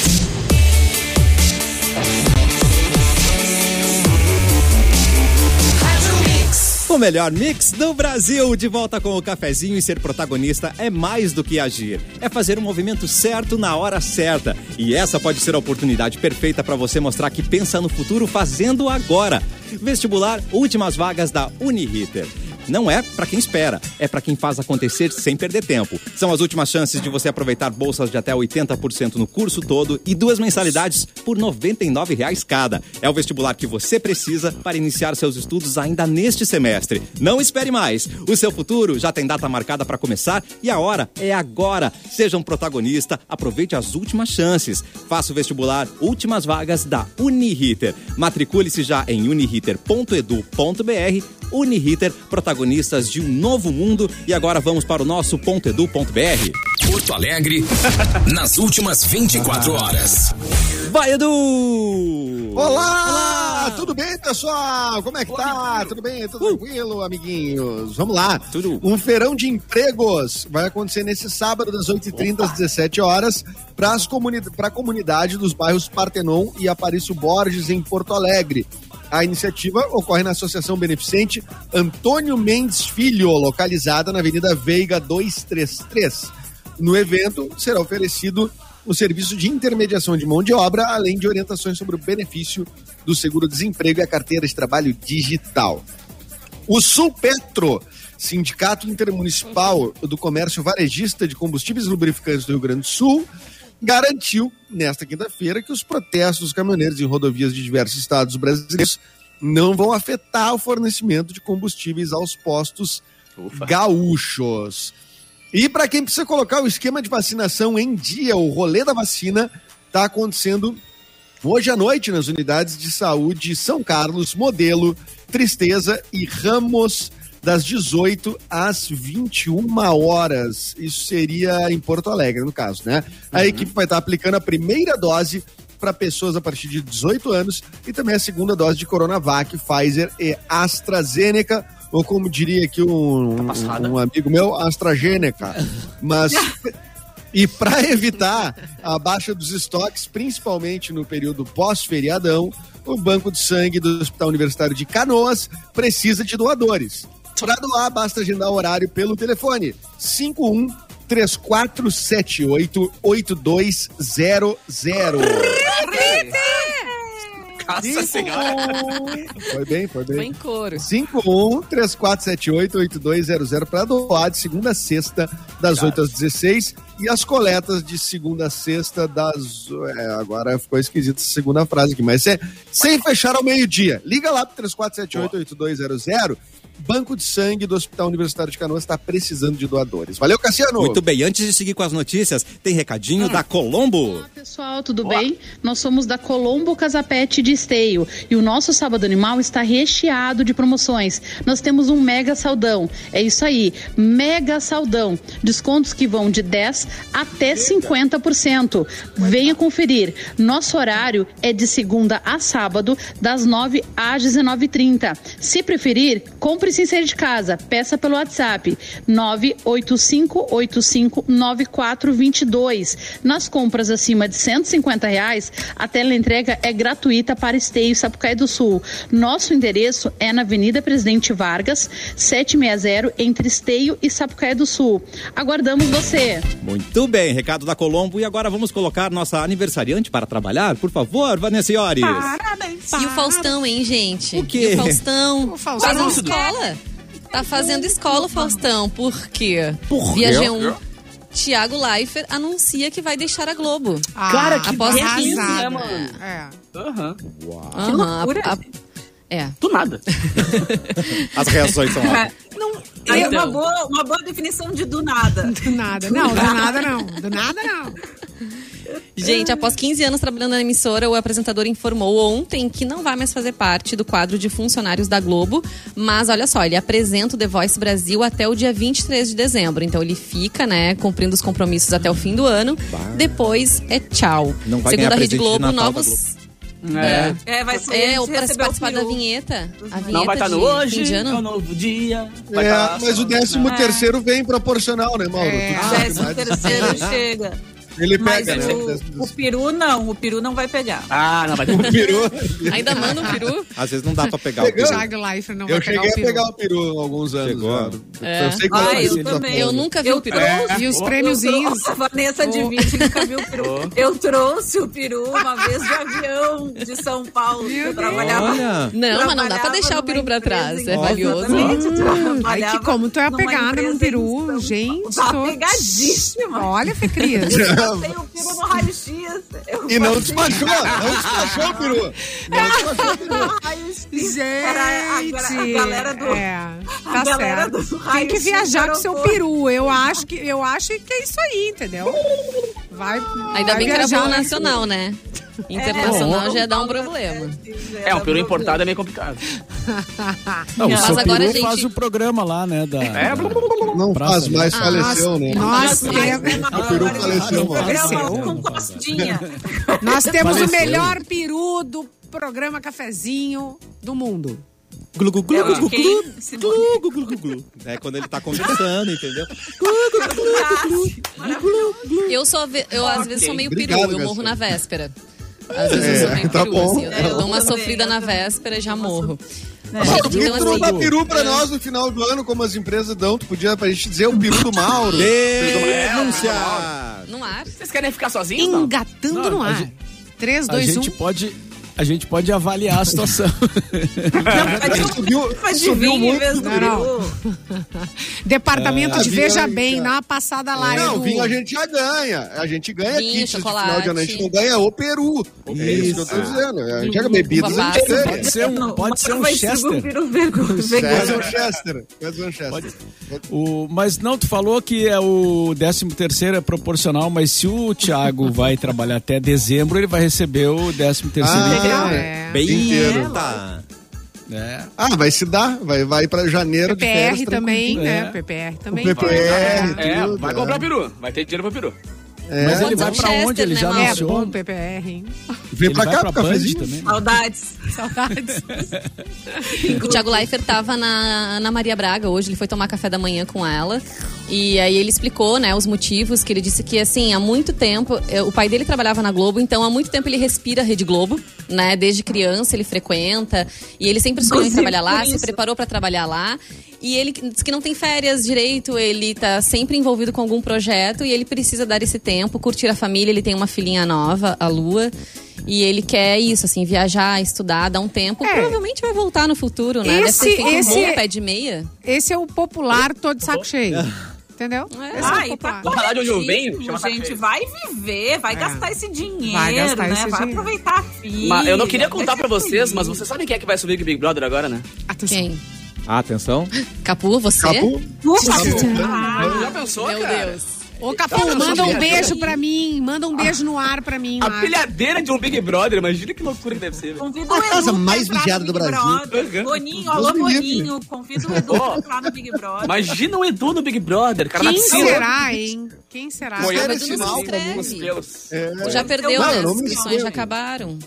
Speaker 1: O melhor mix do Brasil. De volta com o cafezinho e ser protagonista é mais do que agir. É fazer o movimento certo na hora certa. E essa pode ser a oportunidade perfeita para você mostrar que pensa no futuro fazendo agora. Vestibular, últimas vagas da Uniriter. Não é para quem espera, é para quem faz acontecer sem perder tempo. São as últimas chances de você aproveitar bolsas de até 80% no curso todo e duas mensalidades por R$ 99,00 cada. É o vestibular que você precisa para iniciar seus estudos ainda neste semestre. Não espere mais. O seu futuro já tem data marcada para começar e a hora é agora. Seja um protagonista, aproveite as últimas chances. Faça o vestibular Últimas Vagas da Uniriter. Matricule-se já em uniriter.edu.br Uniriter, protagonistas de um novo mundo. E agora vamos para o nosso .edu.br.
Speaker 10: Porto Alegre, nas últimas 24 horas.
Speaker 1: Vai, Edu!
Speaker 4: Olá! Tudo bem, pessoal? Como é que tá? Tudo bem? Tudo tranquilo, amiguinhos? Vamos lá.
Speaker 1: Tudo.
Speaker 4: Um feirão de empregos vai acontecer nesse sábado, das 8h30 às 17 horas para a comunidade dos bairros Partenon e Aparício Borges, em Porto Alegre. A iniciativa ocorre na Associação Beneficente Antônio Mendes Filho, localizada na Avenida Veiga 233. No evento, será oferecido o serviço de intermediação de mão de obra, além de orientações sobre o benefício do seguro-desemprego e a carteira de trabalho digital. O Sulpetro, Sindicato Intermunicipal do Comércio Varejista de Combustíveis e Lubrificantes do Rio Grande do Sul, garantiu nesta quinta-feira que os protestos dos caminhoneiros em rodovias de diversos estados brasileiros não vão afetar o fornecimento de combustíveis aos postos
Speaker 3: Ufa.
Speaker 4: gaúchos. E para quem precisa colocar o esquema de vacinação em dia, o rolê da vacina está acontecendo hoje à noite nas unidades de saúde São Carlos, Modelo, Tristeza e Ramos, das 18 às 21 horas. Isso seria em Porto Alegre, no caso, né? A equipe vai estar aplicando a primeira dose para pessoas a partir de 18 anos e também a segunda dose de Coronavac, Pfizer e AstraZeneca. Ou como diria aqui um,
Speaker 3: passada.
Speaker 4: um amigo meu, AstraZeneca. Mas e para evitar a baixa dos estoques, principalmente no período pós-feriadão, o Banco de Sangue do Hospital Universitário de Canoas precisa de doadores. Para doar, basta agendar o horário pelo telefone 51 3478 8200.
Speaker 3: Nossa senhora.
Speaker 4: Foi bem, foi
Speaker 6: Foi
Speaker 4: bem.
Speaker 6: em couro.
Speaker 4: 51-3478-8200 para doar de segunda a sexta,
Speaker 3: Tá.
Speaker 4: das 8 às 16 e as coletas de segunda a sexta, das. é, agora ficou esquisito essa segunda frase aqui, mas é sem fechar ao meio-dia. Liga lá pro 3478-8200. Banco de sangue do Hospital Universitário de Canoas está precisando de doadores. Valeu, Cassiano!
Speaker 1: Muito bem, antes de seguir com as notícias, tem recadinho da Colombo.
Speaker 9: Pessoal, tudo bem? Nós somos da Colombo Casapete de Esteio e o nosso Sábado Animal está recheado de promoções. Nós temos um mega saldão, é isso aí, mega saldão. Descontos que vão de 10 até 50%. Venha conferir. Nosso horário é de segunda a sábado, das 9 às 19h30. Se preferir, compre sem sair de casa. Peça pelo WhatsApp 985859422. Nas compras acima de R$ 150 reais, a teleentrega é gratuita para Esteio e Sapucaí do Sul. Nosso endereço é na Avenida Presidente Vargas, 760, entre Esteio e Sapucaí do Sul. Aguardamos você!
Speaker 1: Muito bem, recado da Colombo. E agora vamos colocar nossa aniversariante para trabalhar, por favor, Vanessa Iores.
Speaker 7: Ah,
Speaker 5: Parabéns.
Speaker 6: E o Faustão, hein, gente?
Speaker 1: O quê? Tá
Speaker 6: E o Faustão.
Speaker 5: O Faustão.
Speaker 4: um,
Speaker 6: Fazendo
Speaker 5: Tudo.
Speaker 6: escola. Tá fazendo escola o Faustão. Por quê?
Speaker 1: Por
Speaker 6: Via
Speaker 1: quê?
Speaker 6: G1. Tiago Leifert anuncia que vai deixar a Globo.
Speaker 5: Ah,
Speaker 3: Cara, que
Speaker 5: após
Speaker 6: delícia,
Speaker 5: arrasada.
Speaker 3: né, mano?
Speaker 5: É.
Speaker 3: Aham.
Speaker 1: Ah,
Speaker 6: Aham, a-
Speaker 7: loucura,
Speaker 6: a- É.
Speaker 3: Do nada.
Speaker 1: As reações são altas.
Speaker 7: Não, é
Speaker 6: Então.
Speaker 7: uma, boa, uma boa definição de do nada.
Speaker 5: Do nada. Não, do nada não. Do nada não.
Speaker 6: Gente, após 15 anos trabalhando na emissora, o apresentador informou ontem que não vai mais fazer parte do quadro de funcionários da Globo. Mas olha só, ele apresenta o The Voice Brasil até o dia 23 de dezembro. Então ele fica, né, cumprindo os compromissos até o fim do ano. Depois é tchau.
Speaker 1: Não vai
Speaker 6: Segundo
Speaker 1: ganhar
Speaker 6: a Rede
Speaker 1: presente de
Speaker 6: Globo,
Speaker 1: Natal da
Speaker 6: novos.
Speaker 3: É.
Speaker 7: É, vai ser.
Speaker 6: É,
Speaker 7: a
Speaker 6: ou
Speaker 7: gente
Speaker 6: pra se
Speaker 7: recebeu
Speaker 6: participar
Speaker 7: o
Speaker 6: da
Speaker 7: peru.
Speaker 6: vinheta. A vinheta
Speaker 3: Não vai estar
Speaker 6: de
Speaker 3: no
Speaker 6: fim
Speaker 3: hoje,
Speaker 6: de
Speaker 3: é um
Speaker 6: ano.
Speaker 3: novo dia. Vai
Speaker 4: É,
Speaker 3: tá-
Speaker 4: mas o décimo terceiro vem proporcional, né, Mauro?
Speaker 5: É.
Speaker 4: Tu sabe,
Speaker 7: Décimo
Speaker 4: mas
Speaker 7: terceiro
Speaker 5: Ah.
Speaker 7: um. chega.
Speaker 4: Ele
Speaker 7: Mas
Speaker 4: pega, né? o décimo
Speaker 7: o, o
Speaker 4: terceiro.
Speaker 7: peru não, o peru não vai pegar.
Speaker 3: Ah, não vai ter.
Speaker 4: Pirou.
Speaker 6: Ainda manda um peru.
Speaker 1: Às vezes não dá pra pegar o
Speaker 4: Pegando.
Speaker 1: peru.
Speaker 5: Tiago Leifert não
Speaker 4: Eu
Speaker 5: vai pegar
Speaker 4: cheguei
Speaker 5: o
Speaker 4: a
Speaker 5: peru.
Speaker 4: pegar o peru há alguns anos.
Speaker 1: Chegou.
Speaker 4: já.
Speaker 6: É.
Speaker 4: Eu sei qual
Speaker 7: Ah,
Speaker 4: é
Speaker 7: eu
Speaker 4: o da
Speaker 7: também.
Speaker 6: Eu nunca vi
Speaker 7: Eu
Speaker 6: o peru.
Speaker 5: E
Speaker 4: É.
Speaker 5: os
Speaker 7: Eu
Speaker 5: tá prêmiozinhos. Oh.
Speaker 7: trouxe, a Vanessa divide, nunca viu o peru. Eu trouxe o peru uma vez de avião de São Paulo. que Eu trabalhava.
Speaker 1: Olha.
Speaker 6: Não, mas não dá pra
Speaker 7: trabalhava
Speaker 6: deixar o
Speaker 7: numa
Speaker 6: peru pra
Speaker 7: empresa
Speaker 6: trás.
Speaker 7: em-
Speaker 6: É valioso.
Speaker 7: Exatamente, eu
Speaker 5: Ai,
Speaker 7: trabalhava
Speaker 5: que como tu é
Speaker 7: numa
Speaker 5: apegada num
Speaker 7: empresa em
Speaker 5: peru,
Speaker 7: São
Speaker 5: gente.
Speaker 7: Paulo. Tá
Speaker 5: tô-
Speaker 7: Apegadíssima.
Speaker 5: Olha, Fê Cris.
Speaker 7: Eu passei o peru no raio-x. Eu
Speaker 4: E não
Speaker 7: passei
Speaker 4: despachou, não despachou o peru. Não despachou o peru.
Speaker 7: no raio-x.
Speaker 5: Gente,
Speaker 7: Era a, gra- a galera do...
Speaker 5: é, tá
Speaker 7: a galera
Speaker 5: certo.
Speaker 7: do
Speaker 5: Tem que
Speaker 7: raio-x
Speaker 5: viajar com seu
Speaker 7: trocou.
Speaker 5: peru. Eu acho que eu acho que é isso aí, entendeu? Vai.
Speaker 6: Ainda
Speaker 5: vai
Speaker 6: bem que era
Speaker 5: viajar,
Speaker 6: bom
Speaker 5: né?
Speaker 6: nacional, né? Internacional já dá um problema.
Speaker 7: né?
Speaker 3: É, um peru importado é meio complicado.
Speaker 2: Não, o
Speaker 6: Mas
Speaker 2: seu
Speaker 6: agora,
Speaker 2: peru
Speaker 6: gente-
Speaker 2: faz o programa lá, né? Da,
Speaker 3: É, blá, blá, blá, blá.
Speaker 4: Não
Speaker 2: Praça,
Speaker 4: faz
Speaker 2: né?
Speaker 4: mais, faleceu, né?
Speaker 5: Nós,
Speaker 3: é assim.
Speaker 7: Mas,
Speaker 5: temos-
Speaker 7: né, Mauro,
Speaker 4: O peru
Speaker 7: agora
Speaker 4: faleceu,
Speaker 7: eu quero
Speaker 5: mano.
Speaker 7: falar com costinha.
Speaker 5: nós temos o
Speaker 2: Faleceu.
Speaker 5: melhor peru do programa Cafezinho do mundo.
Speaker 1: Glu, glu, glu,
Speaker 3: É,
Speaker 7: Eu
Speaker 1: glu, glu,
Speaker 7: fiquei-
Speaker 1: glu,
Speaker 7: Simone.
Speaker 1: glu, glu, glu, glu. É quando ele tá conversando, entendeu?
Speaker 7: Tá, maravilhoso.
Speaker 6: Eu só ve- eu às vezes sou meio peru,
Speaker 4: Obrigado,
Speaker 6: eu morro
Speaker 4: Gastão.
Speaker 6: na véspera. Às vezes eu sou
Speaker 4: É,
Speaker 6: meio
Speaker 4: tá
Speaker 6: perua,
Speaker 4: bom.
Speaker 6: assim, eu, eu
Speaker 4: É,
Speaker 6: dou uma
Speaker 4: eu também,
Speaker 6: sofrida na véspera e já morro.
Speaker 4: Ô, Mauro, Por que
Speaker 6: Então,
Speaker 4: tu não
Speaker 6: assim,
Speaker 4: dá peru pra nós no final do ano, como as empresas dão? Tu podia pra gente dizer o peru do Mauro.
Speaker 1: Denúncia!
Speaker 6: No ar. Vocês
Speaker 3: querem ficar sozinhos?
Speaker 2: Não,
Speaker 5: Engatando
Speaker 2: a
Speaker 5: no ar. um.
Speaker 2: gente-
Speaker 5: 3,
Speaker 2: a
Speaker 5: 2, 1.
Speaker 2: gente pode. A gente pode avaliar a situação.
Speaker 7: um
Speaker 4: subiu
Speaker 5: Mas
Speaker 4: subiu
Speaker 5: adivinha,
Speaker 4: muito.
Speaker 7: né?
Speaker 5: vez do grupo. Departamento
Speaker 4: É,
Speaker 5: de
Speaker 4: a vinha
Speaker 5: Veja
Speaker 4: a gente
Speaker 5: Bem,
Speaker 4: já-
Speaker 5: dá uma passada lá.
Speaker 4: Não,
Speaker 5: Edu.
Speaker 4: vinho a gente já ganha. A gente ganha
Speaker 6: Vinho,
Speaker 4: kit de
Speaker 6: chocolate.
Speaker 4: final de ano. A gente não ganha o peru. É isso que eu tô dizendo. A gente ganha bebidas, a gente ganha.
Speaker 2: Pode ser um, pode ser um Chester.
Speaker 4: Um César Chester. César Chester.
Speaker 2: O, mas não, tu falou que é o 13 terceiro é proporcional, mas se o Thiago vai trabalhar até dezembro, ele vai receber o 13 terceiro
Speaker 4: Ah,
Speaker 2: inteiro.
Speaker 4: é.
Speaker 1: Bem
Speaker 4: Inteiro.
Speaker 1: tá.
Speaker 2: É.
Speaker 4: Ah, vai se dar. Vai, vai pra janeiro de férias.
Speaker 5: PPR também,
Speaker 4: tranquilo.
Speaker 5: né?
Speaker 2: É.
Speaker 5: PPR também.
Speaker 4: O PPR.
Speaker 3: É,
Speaker 4: tudo,
Speaker 3: vai
Speaker 4: é.
Speaker 3: comprar peru. Vai ter dinheiro pra peru.
Speaker 4: É.
Speaker 2: Mas ele
Speaker 6: Pode
Speaker 2: vai
Speaker 6: ser um
Speaker 2: pra onde?
Speaker 6: Chester,
Speaker 2: Ele
Speaker 6: né,
Speaker 2: já
Speaker 6: Mauro?
Speaker 5: É bom
Speaker 2: anunciou?
Speaker 5: o PPR, hein?
Speaker 4: Vem
Speaker 2: Ele
Speaker 4: pra
Speaker 2: vai
Speaker 4: cá,
Speaker 2: pra
Speaker 4: fica
Speaker 2: Band
Speaker 4: feliz.
Speaker 2: também.
Speaker 7: Saudades.
Speaker 5: Saudades.
Speaker 6: O Thiago Leifert tava na Ana Maria Braga hoje, ele foi tomar café da manhã com ela. E aí ele explicou, né, os motivos, que ele disse que, assim, há muito tempo, eh, o pai dele trabalhava na Globo, então há muito tempo ele respira a Rede Globo, né, desde criança ele frequenta, e ele sempre sonhou em
Speaker 7: Inclusive
Speaker 6: trabalhar lá,
Speaker 7: por
Speaker 6: se
Speaker 7: isso.
Speaker 6: preparou pra trabalhar lá. E ele diz que não tem férias direito, ele tá sempre envolvido com algum projeto e ele precisa dar esse tempo, curtir a família, ele tem uma filhinha nova, a Lua. E ele quer isso, assim, viajar, estudar, dar um tempo.
Speaker 5: É.
Speaker 6: Provavelmente vai voltar no futuro, né?
Speaker 5: Esse-
Speaker 6: Deve ter feito
Speaker 5: esse-
Speaker 6: um bom pé de meia.
Speaker 5: Esse é o popular, tô de saco cheio. Entendeu?
Speaker 6: É.
Speaker 5: Esse é
Speaker 7: Ah,
Speaker 5: o
Speaker 7: e tá
Speaker 5: popular.
Speaker 3: Vamos falar de onde eu
Speaker 7: corretíssimo,
Speaker 3: venho? Chama
Speaker 7: gente.
Speaker 3: saco
Speaker 7: Vai viver, vai
Speaker 5: É.
Speaker 7: gastar esse dinheiro,
Speaker 5: Vai gastar
Speaker 7: né?
Speaker 5: esse
Speaker 7: vai
Speaker 5: dinheiro.
Speaker 7: aproveitar a filha.
Speaker 3: Mas eu não queria contar
Speaker 7: vai
Speaker 3: pra
Speaker 7: ser
Speaker 3: vocês,
Speaker 7: feliz.
Speaker 3: mas vocês sabem quem é que vai subir com o Big Brother agora, né?
Speaker 5: Atenção.
Speaker 6: Quem?
Speaker 1: Atenção.
Speaker 6: Capu, você?
Speaker 4: Capu?
Speaker 7: Por favor.
Speaker 4: Capu.
Speaker 7: Ah,
Speaker 3: Já pensou,
Speaker 6: Meu
Speaker 3: cara?
Speaker 6: Deus.
Speaker 5: Ô, Capu,
Speaker 3: eu
Speaker 5: manda
Speaker 3: sabia.
Speaker 5: um beijo pra mim. Manda um beijo no ar pra mim.
Speaker 3: A
Speaker 5: Marcos.
Speaker 3: pilhadeira de um Big Brother, imagina que loucura que deve ser. velho.
Speaker 7: Convido o
Speaker 4: A
Speaker 7: Edu pra
Speaker 4: casa mais
Speaker 7: entrar no
Speaker 4: vigiada do
Speaker 7: Big
Speaker 4: Brasil.
Speaker 7: Brother. Boninho,
Speaker 4: Deus
Speaker 7: alô
Speaker 4: me livre.
Speaker 7: Boninho. Convido o Edu
Speaker 3: Ó.
Speaker 7: pra entrar no Big Brother.
Speaker 3: Imagina o Edu no Big Brother, cara, na
Speaker 5: Quem
Speaker 3: piscina.
Speaker 5: será, hein? Quem será?
Speaker 4: Moeda
Speaker 6: Mas
Speaker 4: Esse
Speaker 6: tu não
Speaker 4: mal,
Speaker 6: se
Speaker 3: Com os
Speaker 6: inscreve.
Speaker 3: pelos.
Speaker 4: É.
Speaker 6: Já perdeu,
Speaker 7: Não,
Speaker 6: né?
Speaker 4: eu não
Speaker 6: As
Speaker 4: me
Speaker 6: inscrições
Speaker 4: inscrevo.
Speaker 6: já acabaram.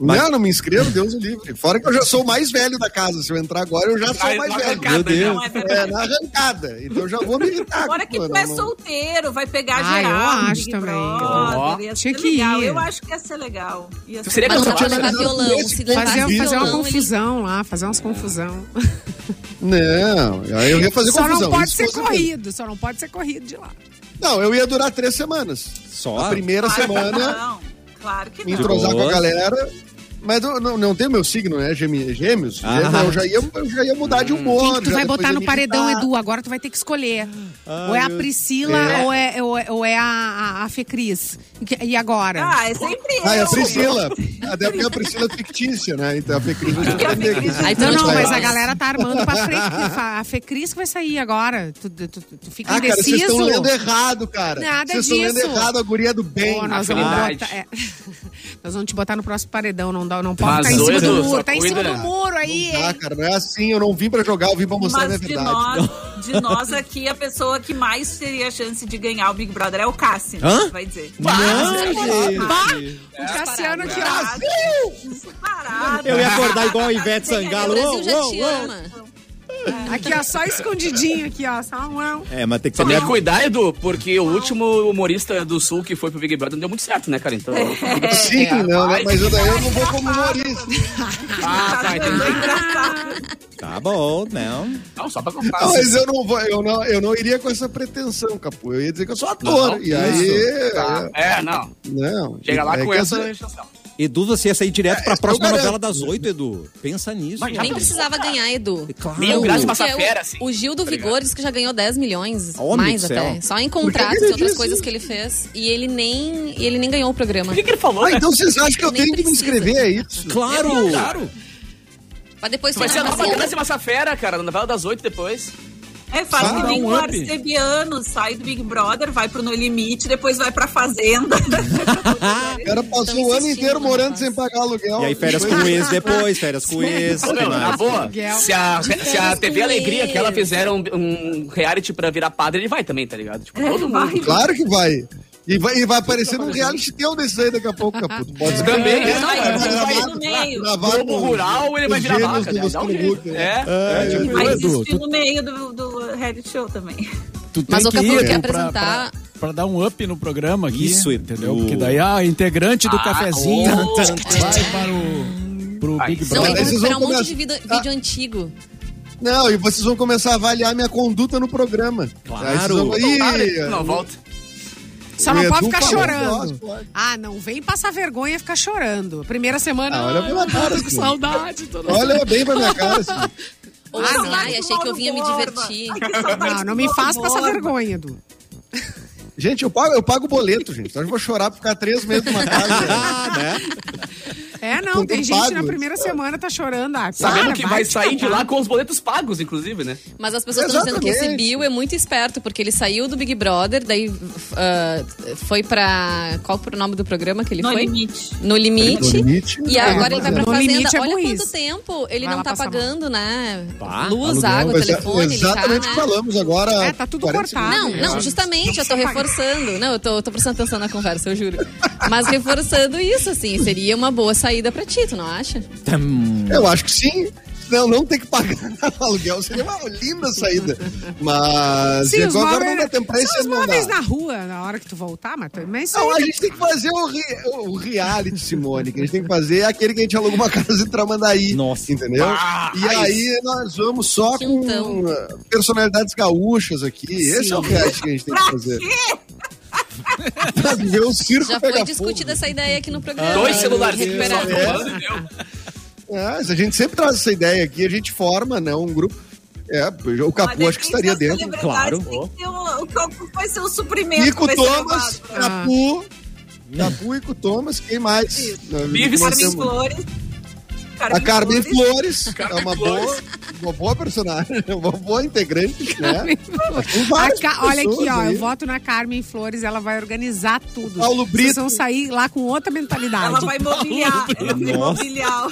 Speaker 4: Não, não me inscrevo, Deus o livre. Fora que eu já sou o mais velho da casa. Se eu entrar agora, eu já sou
Speaker 3: Ah,
Speaker 4: o mais
Speaker 3: na
Speaker 4: velho.
Speaker 3: arrancada,
Speaker 1: Deus.
Speaker 3: já.
Speaker 7: Não, é
Speaker 4: É,
Speaker 7: verdade.
Speaker 4: na arrancada. Então eu já vou militar.
Speaker 7: Agora que
Speaker 4: Mano,
Speaker 7: tu é
Speaker 4: não-
Speaker 7: solteiro, vai pegar
Speaker 5: Ah,
Speaker 7: geral.
Speaker 5: eu
Speaker 7: no
Speaker 5: acho
Speaker 7: Big
Speaker 5: também.
Speaker 3: Ó.
Speaker 7: Brother, ia ser
Speaker 5: Tinha que
Speaker 7: legal.
Speaker 5: ir.
Speaker 7: Eu acho que ia ser legal. Ia ser
Speaker 3: Seria
Speaker 6: Mas
Speaker 3: que
Speaker 6: não
Speaker 3: eu
Speaker 6: dá pra
Speaker 3: tava
Speaker 6: levar
Speaker 4: analisando
Speaker 6: violão.
Speaker 4: esse
Speaker 6: Se levasse
Speaker 5: Fazer, fazer uma
Speaker 6: violão, ele...
Speaker 5: confusão lá, fazer umas confusão.
Speaker 4: Não, aí eu ia fazer
Speaker 5: Só
Speaker 4: confusão.
Speaker 5: não pode
Speaker 4: isso
Speaker 5: ser
Speaker 4: com certeza.
Speaker 5: corrido, só não pode ser corrido de lá.
Speaker 4: Não, eu ia durar três semanas.
Speaker 1: Só.
Speaker 4: A primeira
Speaker 7: claro que
Speaker 4: semana,
Speaker 7: Não, claro que
Speaker 4: me
Speaker 7: não.
Speaker 4: entrosar com
Speaker 1: boa.
Speaker 4: a galera. Mas eu não, não tem meu signo, né? Gême- Gêmeos.
Speaker 1: Ah.
Speaker 4: Gêmeos, eu, já ia, eu já ia mudar de
Speaker 5: Quem
Speaker 4: humor.
Speaker 5: que tu
Speaker 4: já
Speaker 5: vai
Speaker 4: depois
Speaker 5: botar
Speaker 4: ia
Speaker 5: no
Speaker 4: me
Speaker 5: paredão,
Speaker 4: irritar.
Speaker 5: Edu? Agora tu vai ter que escolher. ou é a Priscila
Speaker 4: É.
Speaker 5: ou, é, ou, é- ou é a, a, a Fecris. E que- E agora?
Speaker 7: Ah, é sempre eu.
Speaker 4: Ah, é a Priscila. Até porque a Priscila é fictícia, né? Então a Fecris vai
Speaker 7: Porque a
Speaker 4: surpreender.
Speaker 7: Fecris-
Speaker 4: aqui.
Speaker 6: Aí tu
Speaker 5: não, não,
Speaker 6: Então,
Speaker 5: mas
Speaker 6: vai.
Speaker 5: a galera tá armando pra frente. que fa- A Fecris que vai sair agora. Tu, tu, tu- tu fica
Speaker 4: Ah, cara, vocês
Speaker 5: indeciso.
Speaker 4: estão lendo errado, cara.
Speaker 5: Nada
Speaker 4: Vocês estão lendo
Speaker 5: disso.
Speaker 4: errado a guria do bem.
Speaker 5: Pô, nós, vamos
Speaker 3: Afinidade.
Speaker 5: botar, é. nós vamos te botar no próximo paredão. Não, dá, não pode
Speaker 3: Mas
Speaker 5: tá em cima
Speaker 3: hoje,
Speaker 5: do
Speaker 3: Edu,
Speaker 5: muro.
Speaker 3: só
Speaker 5: Tá em cima
Speaker 3: cuida.
Speaker 5: do muro aí,
Speaker 4: Ah,
Speaker 5: hein?
Speaker 4: cara, não é assim. Eu não vim pra jogar, eu vim pra mostrar a
Speaker 7: Mas
Speaker 4: minha
Speaker 7: de
Speaker 4: verdade.
Speaker 7: nós, de nós aqui, a pessoa que mais teria a chance de ganhar o Big Brother é o Cássio.
Speaker 1: Hã?
Speaker 7: Vai dizer.
Speaker 5: Bah, o Cassiano aqui, ó.
Speaker 7: Disparado.
Speaker 1: Eu ia acordar igual a Ivete
Speaker 6: O
Speaker 1: Sangalo.
Speaker 6: Brasil
Speaker 1: Uou,
Speaker 6: já
Speaker 1: uou,
Speaker 6: te
Speaker 1: uau.
Speaker 6: ama.
Speaker 5: Aqui, ó, só escondidinho aqui, ó. Só um. um.
Speaker 1: É, mas tem que
Speaker 3: Você
Speaker 1: ser
Speaker 3: tem
Speaker 1: minha
Speaker 3: que cuidar, Edu, porque o último humorista do Sul que foi pro Big Brother não deu muito certo, né, cara? Então.
Speaker 5: É,
Speaker 4: Sim, não, né?
Speaker 3: vai.
Speaker 4: mas eu, daí eu não vou como humorista.
Speaker 3: Ah, tá,
Speaker 7: É
Speaker 3: entendi.
Speaker 1: Tá bom, não.
Speaker 3: Não, só pra
Speaker 4: Não,
Speaker 3: comparar.
Speaker 4: mas eu não, vou, eu, não, eu não iria com essa pretensão, Capu. Eu ia dizer que eu sou ator.
Speaker 3: Não,
Speaker 4: e aí.
Speaker 3: Tá. É, não.
Speaker 4: Não.
Speaker 3: Chega lá
Speaker 4: É
Speaker 3: com
Speaker 4: que
Speaker 3: essa. né?
Speaker 4: eu-
Speaker 3: chancela.
Speaker 1: Edu, você ia sair direto pra próxima
Speaker 4: garanto.
Speaker 1: novela das oito, Edu. Pensa nisso.
Speaker 3: Mas já
Speaker 6: Nem precisava ganhar, Edu.
Speaker 1: Claro.
Speaker 3: Mil graus de
Speaker 6: Porque
Speaker 3: passar
Speaker 6: É o-
Speaker 3: fera, assim.
Speaker 6: O Gil do
Speaker 3: Tá
Speaker 6: Vigor disse que já ganhou 10 milhões,
Speaker 1: Homem
Speaker 6: mais
Speaker 1: do
Speaker 6: até.
Speaker 1: céu.
Speaker 6: Só em
Speaker 4: Por
Speaker 6: contratos
Speaker 4: que
Speaker 6: e
Speaker 4: ele
Speaker 6: outras
Speaker 4: disse
Speaker 6: coisas
Speaker 4: isso?
Speaker 6: que ele fez. E ele nem, e ele nem ganhou o programa.
Speaker 3: Por que, que ele falou?
Speaker 4: Ah,
Speaker 3: né?
Speaker 4: então vocês acham que eu
Speaker 6: Nem
Speaker 4: tenho que me
Speaker 6: precisa.
Speaker 4: inscrever? É isso?
Speaker 1: Claro!
Speaker 3: Claro.
Speaker 6: Pra depois
Speaker 3: Tu vai ser a
Speaker 6: uma
Speaker 3: nova
Speaker 6: vacina.
Speaker 3: grande massa fera, cara, na novela das oito depois.
Speaker 7: É fácil
Speaker 4: Vai
Speaker 7: que
Speaker 4: dar
Speaker 7: nem
Speaker 2: um
Speaker 7: um
Speaker 2: up.
Speaker 7: arcebiano sai do Big Brother, vai pro No Limite, depois vai pra Fazenda.
Speaker 4: O cara passou
Speaker 6: Tão
Speaker 4: o ano
Speaker 6: insistindo,
Speaker 4: inteiro morando
Speaker 6: rapaz.
Speaker 4: sem pagar aluguel.
Speaker 1: E aí, férias com o ex depois, férias com o ex.
Speaker 3: Ô,
Speaker 1: que
Speaker 3: meu, na
Speaker 1: mais?
Speaker 3: boa, se a, se a TV
Speaker 6: com
Speaker 3: Alegria que ela
Speaker 6: ele.
Speaker 3: fizeram um, um reality pra virar padre, ele vai também, tá ligado? Tipo, todo mundo.
Speaker 4: Claro que vai. E vai, e vai aparecer num reality teu desse aí daqui a pouco, Capu. Tu Pode
Speaker 3: Também, ele
Speaker 7: Não,
Speaker 3: vai,
Speaker 7: ele
Speaker 3: ele
Speaker 7: vai
Speaker 3: vai
Speaker 7: no meio.
Speaker 4: gravar
Speaker 3: Globo Rural, ele vai virar vaca, né? Dá um jeito. É, é, tipo,
Speaker 7: Mas
Speaker 2: Edu,
Speaker 7: existe no meio do, do reality show também.
Speaker 2: Tu tem
Speaker 6: Mas o
Speaker 2: que
Speaker 6: Capu
Speaker 2: ir,
Speaker 6: quer
Speaker 2: Edu, pra-
Speaker 6: apresentar
Speaker 2: para dar um up no programa aqui.
Speaker 1: Isso,
Speaker 2: entendeu?
Speaker 1: Edu.
Speaker 2: Porque daí a integrante do
Speaker 1: Ah,
Speaker 2: cafezinho
Speaker 1: oh.
Speaker 2: vai para o pro Big
Speaker 6: Não,
Speaker 2: Brother.
Speaker 6: eu vou
Speaker 4: Vocês
Speaker 6: recuperar um
Speaker 4: vão
Speaker 6: monte de vida- vídeo antigo.
Speaker 4: Não, e vocês vão começar a avaliar minha conduta no programa.
Speaker 1: Claro.
Speaker 4: Aí vocês vão- Ih,
Speaker 3: né? Não, volta.
Speaker 5: Só
Speaker 4: o
Speaker 5: não
Speaker 4: Edu
Speaker 5: pode ficar
Speaker 4: falou,
Speaker 5: chorando.
Speaker 4: pode, pode.
Speaker 5: Ah, não vem passar vergonha e ficar chorando. Primeira semana.
Speaker 4: Ah, olha
Speaker 5: ai,
Speaker 4: pela cara,
Speaker 5: tô com
Speaker 4: filho.
Speaker 5: saudade. Tô na-
Speaker 4: Olha bem pra minha cara. Assim.
Speaker 6: Ou
Speaker 5: Ah,
Speaker 6: assim,
Speaker 5: não.
Speaker 6: ai, achei que eu vinha me divertir.
Speaker 5: Não, não me faz passar vergonha, Edu.
Speaker 4: Gente, eu pago, eu pago o boleto, gente. Então eu vou chorar por ficar três meses numa casa.
Speaker 1: Ah, né?
Speaker 5: É, não,
Speaker 4: Com
Speaker 5: tem
Speaker 4: tudo
Speaker 5: gente
Speaker 4: pago.
Speaker 5: na primeira semana tá chorando. Ah,
Speaker 3: Sabendo
Speaker 5: para,
Speaker 3: que vai
Speaker 5: te
Speaker 3: sair de lá
Speaker 5: catar.
Speaker 3: com os boletos pagos, inclusive, né?
Speaker 6: Mas as pessoas estão dizendo que esse
Speaker 4: Exatamente.
Speaker 6: Bill é muito esperto, porque ele saiu do Big Brother, daí ah, foi pra. Qual foi o nome do programa que ele
Speaker 7: No
Speaker 6: foi?
Speaker 7: limite.
Speaker 6: No Limite.
Speaker 4: No Limite.
Speaker 6: E agora ele vai pra
Speaker 5: No
Speaker 6: fazenda.
Speaker 5: Limite é
Speaker 6: Olha
Speaker 5: ruim
Speaker 6: quanto
Speaker 5: isso.
Speaker 6: tempo ele
Speaker 5: Vai
Speaker 6: não
Speaker 5: lá
Speaker 6: tá
Speaker 5: passar mal.
Speaker 6: pagando, né?
Speaker 1: Pá,
Speaker 6: Luz,
Speaker 1: aluguel.
Speaker 6: água,
Speaker 4: Exa-
Speaker 6: telefone, ele tá,
Speaker 4: é, exatamente
Speaker 6: né?
Speaker 4: o que falamos agora.
Speaker 5: É, tá tudo
Speaker 4: 40
Speaker 5: cortado.
Speaker 4: segundos.
Speaker 6: Não, não, justamente, eu tô reforçando. Não, eu tô, eu tô prestando atenção na conversa, eu juro. Mas reforçando isso, assim, seria uma boa saída pra ti, tu não acha?
Speaker 4: Eu acho que sim. Não, não tem que pagar aluguel. Seria uma linda saída. Mas
Speaker 5: Sim, os
Speaker 4: agora
Speaker 5: móveis,
Speaker 4: não dá tempo pra
Speaker 5: são
Speaker 4: isso
Speaker 5: os
Speaker 4: não
Speaker 5: móveis
Speaker 4: dá.
Speaker 5: na rua na hora que tu voltar, mas também isso
Speaker 4: Não, a
Speaker 5: aí-
Speaker 4: gente tem que fazer o, re, o reality, Simone. que a gente tem que fazer é aquele que a gente aluga uma casa em Tramandaí.
Speaker 1: Nossa.
Speaker 4: Entendeu?
Speaker 3: Ah,
Speaker 4: e aí nós vamos só com
Speaker 6: Quintão.
Speaker 4: uh, personalidades gaúchas aqui. Esse é o reality que a gente tem que
Speaker 7: Pra
Speaker 4: fazer.
Speaker 7: quê?
Speaker 4: Pra ver o circo
Speaker 6: Já
Speaker 4: pegar
Speaker 6: foi
Speaker 4: fogo.
Speaker 6: discutida essa ideia aqui no programa.
Speaker 3: Dois
Speaker 6: né?
Speaker 3: celularzinhos só.
Speaker 6: Recuperar.
Speaker 3: falando, entendeu?
Speaker 4: É, a gente sempre traz essa ideia aqui. A gente forma né, um grupo. É, o Capu
Speaker 7: Mas
Speaker 4: acho que
Speaker 7: tem
Speaker 4: estaria
Speaker 7: ser
Speaker 4: dentro.
Speaker 7: celebridade,
Speaker 1: claro.
Speaker 7: Tem que ter o, o que vai ser o suprimento. que
Speaker 4: Nico
Speaker 7: vai ser
Speaker 4: Thomas, É,
Speaker 7: levado.
Speaker 4: Capu.
Speaker 5: Ah.
Speaker 4: Capu, Ico Thomas, quem mais?
Speaker 7: Isso.
Speaker 4: Nós
Speaker 3: Vives
Speaker 4: temos-
Speaker 7: Carmen Flores.
Speaker 4: A Carmen
Speaker 7: Flores.
Speaker 4: Flores, é uma
Speaker 3: Flores.
Speaker 4: boa, uma boa personagem, uma boa integrante, né? Tem
Speaker 5: A
Speaker 4: várias
Speaker 5: Ca- Olha aqui,
Speaker 4: pessoas
Speaker 5: ó,
Speaker 4: aí.
Speaker 5: eu voto na Carmen Flores, ela vai organizar tudo.
Speaker 4: Paulo
Speaker 5: Vocês
Speaker 4: Brito.
Speaker 5: vão sair lá com outra mentalidade.
Speaker 7: Ela vai mobiliar. Ela vai
Speaker 1: Nossa.
Speaker 7: mobiliar.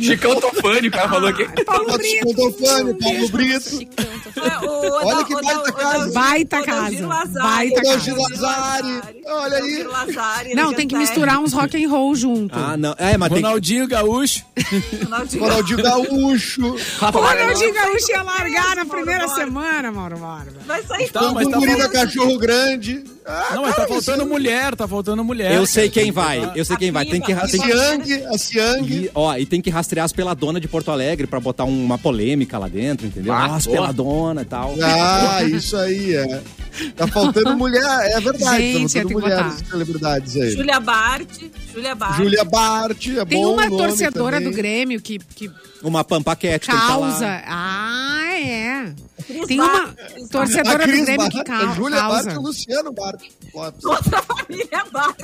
Speaker 3: Chicão Tofani, o cara falou aqui.
Speaker 5: Paulo
Speaker 4: Paulo
Speaker 5: Brito.
Speaker 4: Brito, Paulo Brito,
Speaker 6: Chicão, tô falando.
Speaker 7: É, O- o-
Speaker 4: Olha
Speaker 7: o-
Speaker 4: que
Speaker 7: o-
Speaker 4: baita
Speaker 7: o- o-
Speaker 4: casa.
Speaker 5: Baita
Speaker 7: o-
Speaker 5: casa.
Speaker 7: Odalgir Lazari.
Speaker 5: Baita
Speaker 4: Odalgir
Speaker 7: Odalgir
Speaker 4: Lazari. Olha aí.
Speaker 7: Odalgir Lazari,
Speaker 5: Não, tem que misturar uns rock and roll junto.
Speaker 1: Ah, não. É, mas tem que...
Speaker 2: Ronaldinho Gaúcho.
Speaker 5: um
Speaker 7: Ronaldinho.
Speaker 4: Ronaldinho Gaúcho.
Speaker 6: Tá
Speaker 3: Rafa
Speaker 5: O
Speaker 3: Maranhão.
Speaker 5: Ronaldinho Gaúcho ia largar na
Speaker 7: Mauro
Speaker 5: primeira
Speaker 7: Borba.
Speaker 5: semana, Mauro Borba.
Speaker 7: Vai sair
Speaker 2: Tá, mas
Speaker 4: o
Speaker 2: tá
Speaker 4: guri da
Speaker 2: faltando-
Speaker 4: Cachorro Grande. Ah,
Speaker 2: Não, mas tá faltando mulher, tá faltando mulher.
Speaker 1: Eu sei quem vai, eu sei quem vai. Tem que...
Speaker 7: A
Speaker 1: ra- Tem que...
Speaker 4: Siang, a Siang.
Speaker 1: E, ó, e tem que rastrear as peladonas de Porto Alegre pra botar um- uma polêmica lá dentro, entendeu?
Speaker 3: Ah,
Speaker 1: Ah, as
Speaker 3: boa.
Speaker 1: peladonas e tal.
Speaker 4: Ah, isso aí, é. Tá faltando mulher, é verdade.
Speaker 5: Gente,
Speaker 4: tá faltando
Speaker 5: eu tenho que
Speaker 4: mulheres
Speaker 5: botar.
Speaker 4: celebridades aí.
Speaker 7: Júlia Bart. Júlia Bart.
Speaker 4: Júlia Bart, é
Speaker 5: Tem
Speaker 4: bom
Speaker 5: uma
Speaker 4: nome
Speaker 5: torcedora
Speaker 4: também.
Speaker 5: do Grêmio que, que
Speaker 1: Uma pampaquete. tem que tá lá.
Speaker 5: causa. Ah, é.
Speaker 7: Cris
Speaker 5: Tem
Speaker 7: Bart,
Speaker 5: uma
Speaker 7: Cris Bart.
Speaker 5: torcedora do Grêmio que
Speaker 4: Bart, a
Speaker 5: cau-
Speaker 4: Júlia Bart e o
Speaker 5: causa.
Speaker 4: Luciano Bart. Lopes.
Speaker 7: Outra família Bart.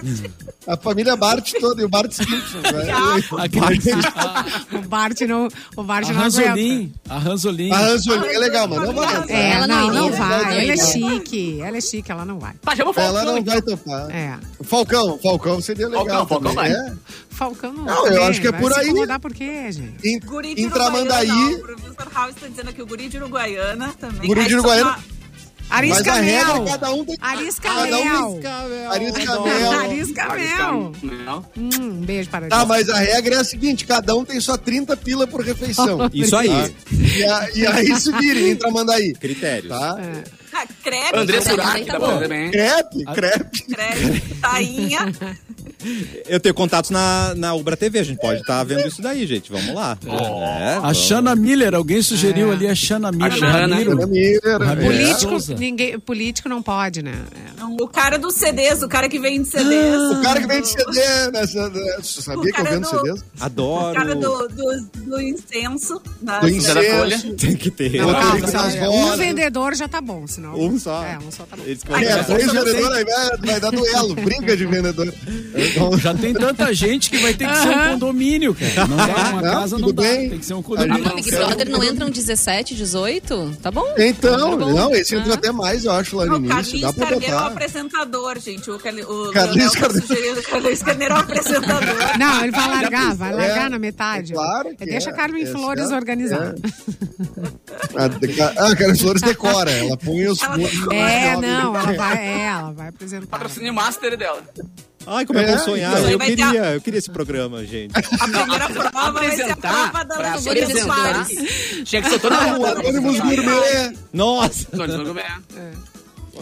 Speaker 4: A família Bart toda e o Bart Simpson.
Speaker 5: Ah,
Speaker 4: né? é
Speaker 5: O Bart não, o Bart
Speaker 2: A
Speaker 5: não aguenta.
Speaker 2: Ranzolin. A Ranzolin.
Speaker 4: A Ranzolin é legal, mas não vai.
Speaker 7: É,
Speaker 5: É,
Speaker 6: Ela não
Speaker 5: não, não
Speaker 6: iria. Não
Speaker 5: vai. Ela é
Speaker 6: iria.
Speaker 5: chique. Ela é chique, ela não vai.
Speaker 3: Tá, já vou falar.
Speaker 4: Ela um não vai topar.
Speaker 5: É.
Speaker 4: Falcão, Falcão seria legal.
Speaker 3: Falcão, Falcão
Speaker 4: também,
Speaker 3: vai.
Speaker 4: né?
Speaker 5: Falcão não,
Speaker 4: Não, eu
Speaker 5: também,
Speaker 4: acho que é
Speaker 5: vai
Speaker 4: por
Speaker 5: se
Speaker 4: aí.
Speaker 5: incomodar por quê, gente?
Speaker 4: Em,
Speaker 7: Guri de
Speaker 4: em Tramandaí,
Speaker 7: Uruguaiana, O professor House está dizendo aqui o Guri de Uruguaiana também.
Speaker 4: Guri de
Speaker 7: Aí só
Speaker 4: Uruguaiana.
Speaker 7: uma-
Speaker 4: mas
Speaker 5: Arisca
Speaker 4: a regra é
Speaker 5: Mel.
Speaker 4: que cada um tem que...
Speaker 5: Arisca
Speaker 4: Cada um
Speaker 5: Mel.
Speaker 4: tem Arisca Mel.
Speaker 3: Tá
Speaker 5: Arisca Mel. Hum, um beijo para
Speaker 4: Tá,
Speaker 5: Arisca.
Speaker 4: mas a regra é a seguinte, cada um tem só 30 pila por refeição.
Speaker 1: Isso aí.
Speaker 4: Tá? E, a- e aí se virem em Tramandaí.
Speaker 1: Critérios.
Speaker 4: Tá?
Speaker 7: Ah, Crepe,
Speaker 3: André
Speaker 6: Tá,
Speaker 3: Surak,
Speaker 6: tá
Speaker 3: tá
Speaker 6: bom.
Speaker 3: bom também.
Speaker 4: Crepe,
Speaker 1: Ah,
Speaker 4: crepe.
Speaker 7: crepe, tainha.
Speaker 1: Eu tenho contatos na, na Ubra TV, a gente pode estar vendo isso daí, gente. Vamos lá. É,
Speaker 2: A
Speaker 1: vamos.
Speaker 2: Shana Miller, alguém
Speaker 6: É.
Speaker 2: sugeriu ali a Shana Miller.
Speaker 3: Shana.
Speaker 2: Ramiro.
Speaker 4: Ramiro.
Speaker 2: Ramiro.
Speaker 5: Político,
Speaker 2: Souza.
Speaker 5: ninguém, político não pode, né? É.
Speaker 7: O cara dos CDs, o cara que vende CDs.
Speaker 4: O cara que vende CD, né? Você sabia
Speaker 7: O
Speaker 4: que eu
Speaker 7: cara
Speaker 4: vendo
Speaker 7: do-
Speaker 4: CDs?
Speaker 7: O cara
Speaker 1: Adoro.
Speaker 7: do, do, do incenso. né? Da
Speaker 4: Do
Speaker 3: Zero Folha.
Speaker 4: incenso.
Speaker 1: Tem que ter.
Speaker 5: Não,
Speaker 4: Outro
Speaker 5: calma,
Speaker 4: que tá
Speaker 5: calma.
Speaker 4: nas
Speaker 5: Um
Speaker 4: rodas.
Speaker 5: vendedor já tá bom, senão.
Speaker 1: Um só.
Speaker 5: É, um só tá bom.
Speaker 1: Eles
Speaker 5: Ai,
Speaker 4: É,
Speaker 1: colocam-
Speaker 4: três vendedores aí vai, vai dar duelo, briga de vendedor. Então,
Speaker 2: Já tem tanta gente que vai ter que ser um condomínio, cara. Não dá, uma
Speaker 4: Não,
Speaker 2: casa não
Speaker 4: tudo
Speaker 2: dá.
Speaker 4: bem.
Speaker 2: Tem que ser um
Speaker 4: A
Speaker 2: condomínio.
Speaker 4: gente-
Speaker 6: No Big Brother não entram 17, 18? Tá bom.
Speaker 4: então,
Speaker 6: Tá bom.
Speaker 4: não, esse entra
Speaker 6: Ah.
Speaker 4: até mais, eu acho, lá
Speaker 7: Não, o
Speaker 4: no início. Dá
Speaker 7: Carlinhos
Speaker 4: pra
Speaker 7: Carneiro é o
Speaker 4: botar.
Speaker 7: apresentador, gente. O, Cali- o
Speaker 4: Carlinhos
Speaker 7: Leonel tá
Speaker 4: Carneiro.
Speaker 7: sugerindo que o Carlinhos Carneiro é o apresentador.
Speaker 5: Não, ele vai largar, vai largar na metade.
Speaker 4: é claro que
Speaker 5: Deixa
Speaker 4: é,
Speaker 5: a Carmen
Speaker 4: é
Speaker 5: Flores
Speaker 4: certo,
Speaker 5: organizar.
Speaker 4: Ah, de- ca- Ah, a Carmen Flores decora, ela põe os...
Speaker 7: Ela
Speaker 5: É,
Speaker 7: decora.
Speaker 5: não, ela vai, é, ela vai apresentar.
Speaker 3: Patrocínio master dela.
Speaker 1: Ai, como é bom
Speaker 4: É,
Speaker 1: sonhar.
Speaker 4: então.
Speaker 1: Eu
Speaker 7: Vai ter
Speaker 1: queria, eu queria esse programa, gente.
Speaker 7: A primeira prova vai ser a
Speaker 3: Apresentar,
Speaker 7: prova da
Speaker 3: pra
Speaker 7: Lancheria do
Speaker 3: apresentar.
Speaker 7: Parque.
Speaker 3: Tinha que soltar na
Speaker 4: O
Speaker 3: rua.
Speaker 4: Anônimos Gourmet,
Speaker 1: Nossa!
Speaker 3: Anônimos Gourmet.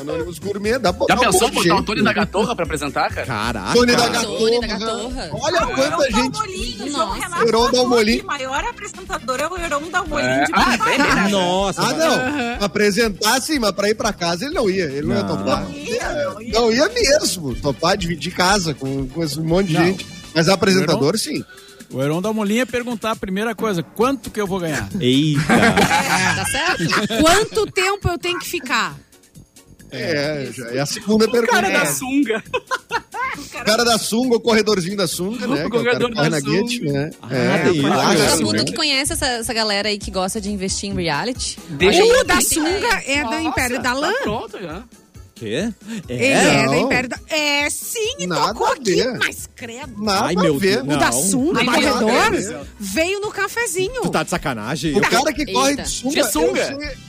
Speaker 4: Anônimos Gourmet, dá pra
Speaker 3: é.
Speaker 4: botar
Speaker 3: Já
Speaker 4: um
Speaker 3: pensou
Speaker 4: monte de
Speaker 3: botar o
Speaker 4: gente.
Speaker 3: Tony da Gatorra pra apresentar, cara?
Speaker 1: Caraca.
Speaker 4: Tony da Gatorra.
Speaker 6: Tony da Gatorra.
Speaker 4: Olha quanta gente.
Speaker 7: Dalmolinho, João
Speaker 6: Nossa.
Speaker 7: Renato
Speaker 4: Heron Dalmolin.
Speaker 7: O maior apresentador é o Heron Dalmolin
Speaker 3: É.
Speaker 7: de
Speaker 3: Ah,
Speaker 7: Porto
Speaker 3: bem,
Speaker 7: Alegre.
Speaker 1: Nossa,
Speaker 4: Ah, não. Apresentar sim, mas pra ir pra casa ele não ia. Ele não, ia
Speaker 1: Não.
Speaker 4: topar. É,
Speaker 7: Não ia, não ia.
Speaker 4: Não ia mesmo. Topar, dividir casa com, com esse monte de
Speaker 2: Não.
Speaker 4: gente. Mas apresentador, sim.
Speaker 2: O Heron da Molinha ia perguntar a primeira coisa: quanto que eu vou ganhar?
Speaker 1: Eita.
Speaker 6: Tá certo?
Speaker 5: Quanto tempo eu tenho que ficar?
Speaker 4: É, já é a segunda pergunta.
Speaker 3: Cara da
Speaker 4: É.
Speaker 3: sunga.
Speaker 4: O cara da sunga, o corredorzinho da sunga, né?
Speaker 3: O
Speaker 4: que é
Speaker 3: corredor
Speaker 4: que corre
Speaker 3: da
Speaker 4: na
Speaker 3: sunga.
Speaker 4: guete, né?
Speaker 1: Ah, tem isso,
Speaker 4: faz
Speaker 1: cara.
Speaker 6: Todo
Speaker 4: isso,
Speaker 6: mundo
Speaker 4: né?
Speaker 6: que conhece essa, essa galera aí que gosta de investir em reality.
Speaker 3: Deixa
Speaker 6: Olha
Speaker 5: O
Speaker 6: aí,
Speaker 5: da
Speaker 6: tem ideia.
Speaker 5: sunga é do Império da Lã?
Speaker 3: Tá pronto já.
Speaker 1: Quê?
Speaker 5: Ele é
Speaker 4: Não.
Speaker 5: do Império da... É, sim, e
Speaker 4: Nada
Speaker 5: tocou
Speaker 4: a
Speaker 5: aqui,
Speaker 4: ver.
Speaker 5: mas credo.
Speaker 4: Nada
Speaker 1: Ai, meu
Speaker 4: a ver.
Speaker 1: Deus.
Speaker 5: O da
Speaker 1: Não.
Speaker 5: sunga,
Speaker 7: Ai,
Speaker 5: o
Speaker 7: meu
Speaker 5: corredor,
Speaker 4: Deus.
Speaker 5: veio no cafezinho.
Speaker 1: Tu tá de sacanagem?
Speaker 4: O cara que
Speaker 6: Eita.
Speaker 4: corre de sunga.
Speaker 3: De sunga.
Speaker 4: eu sei-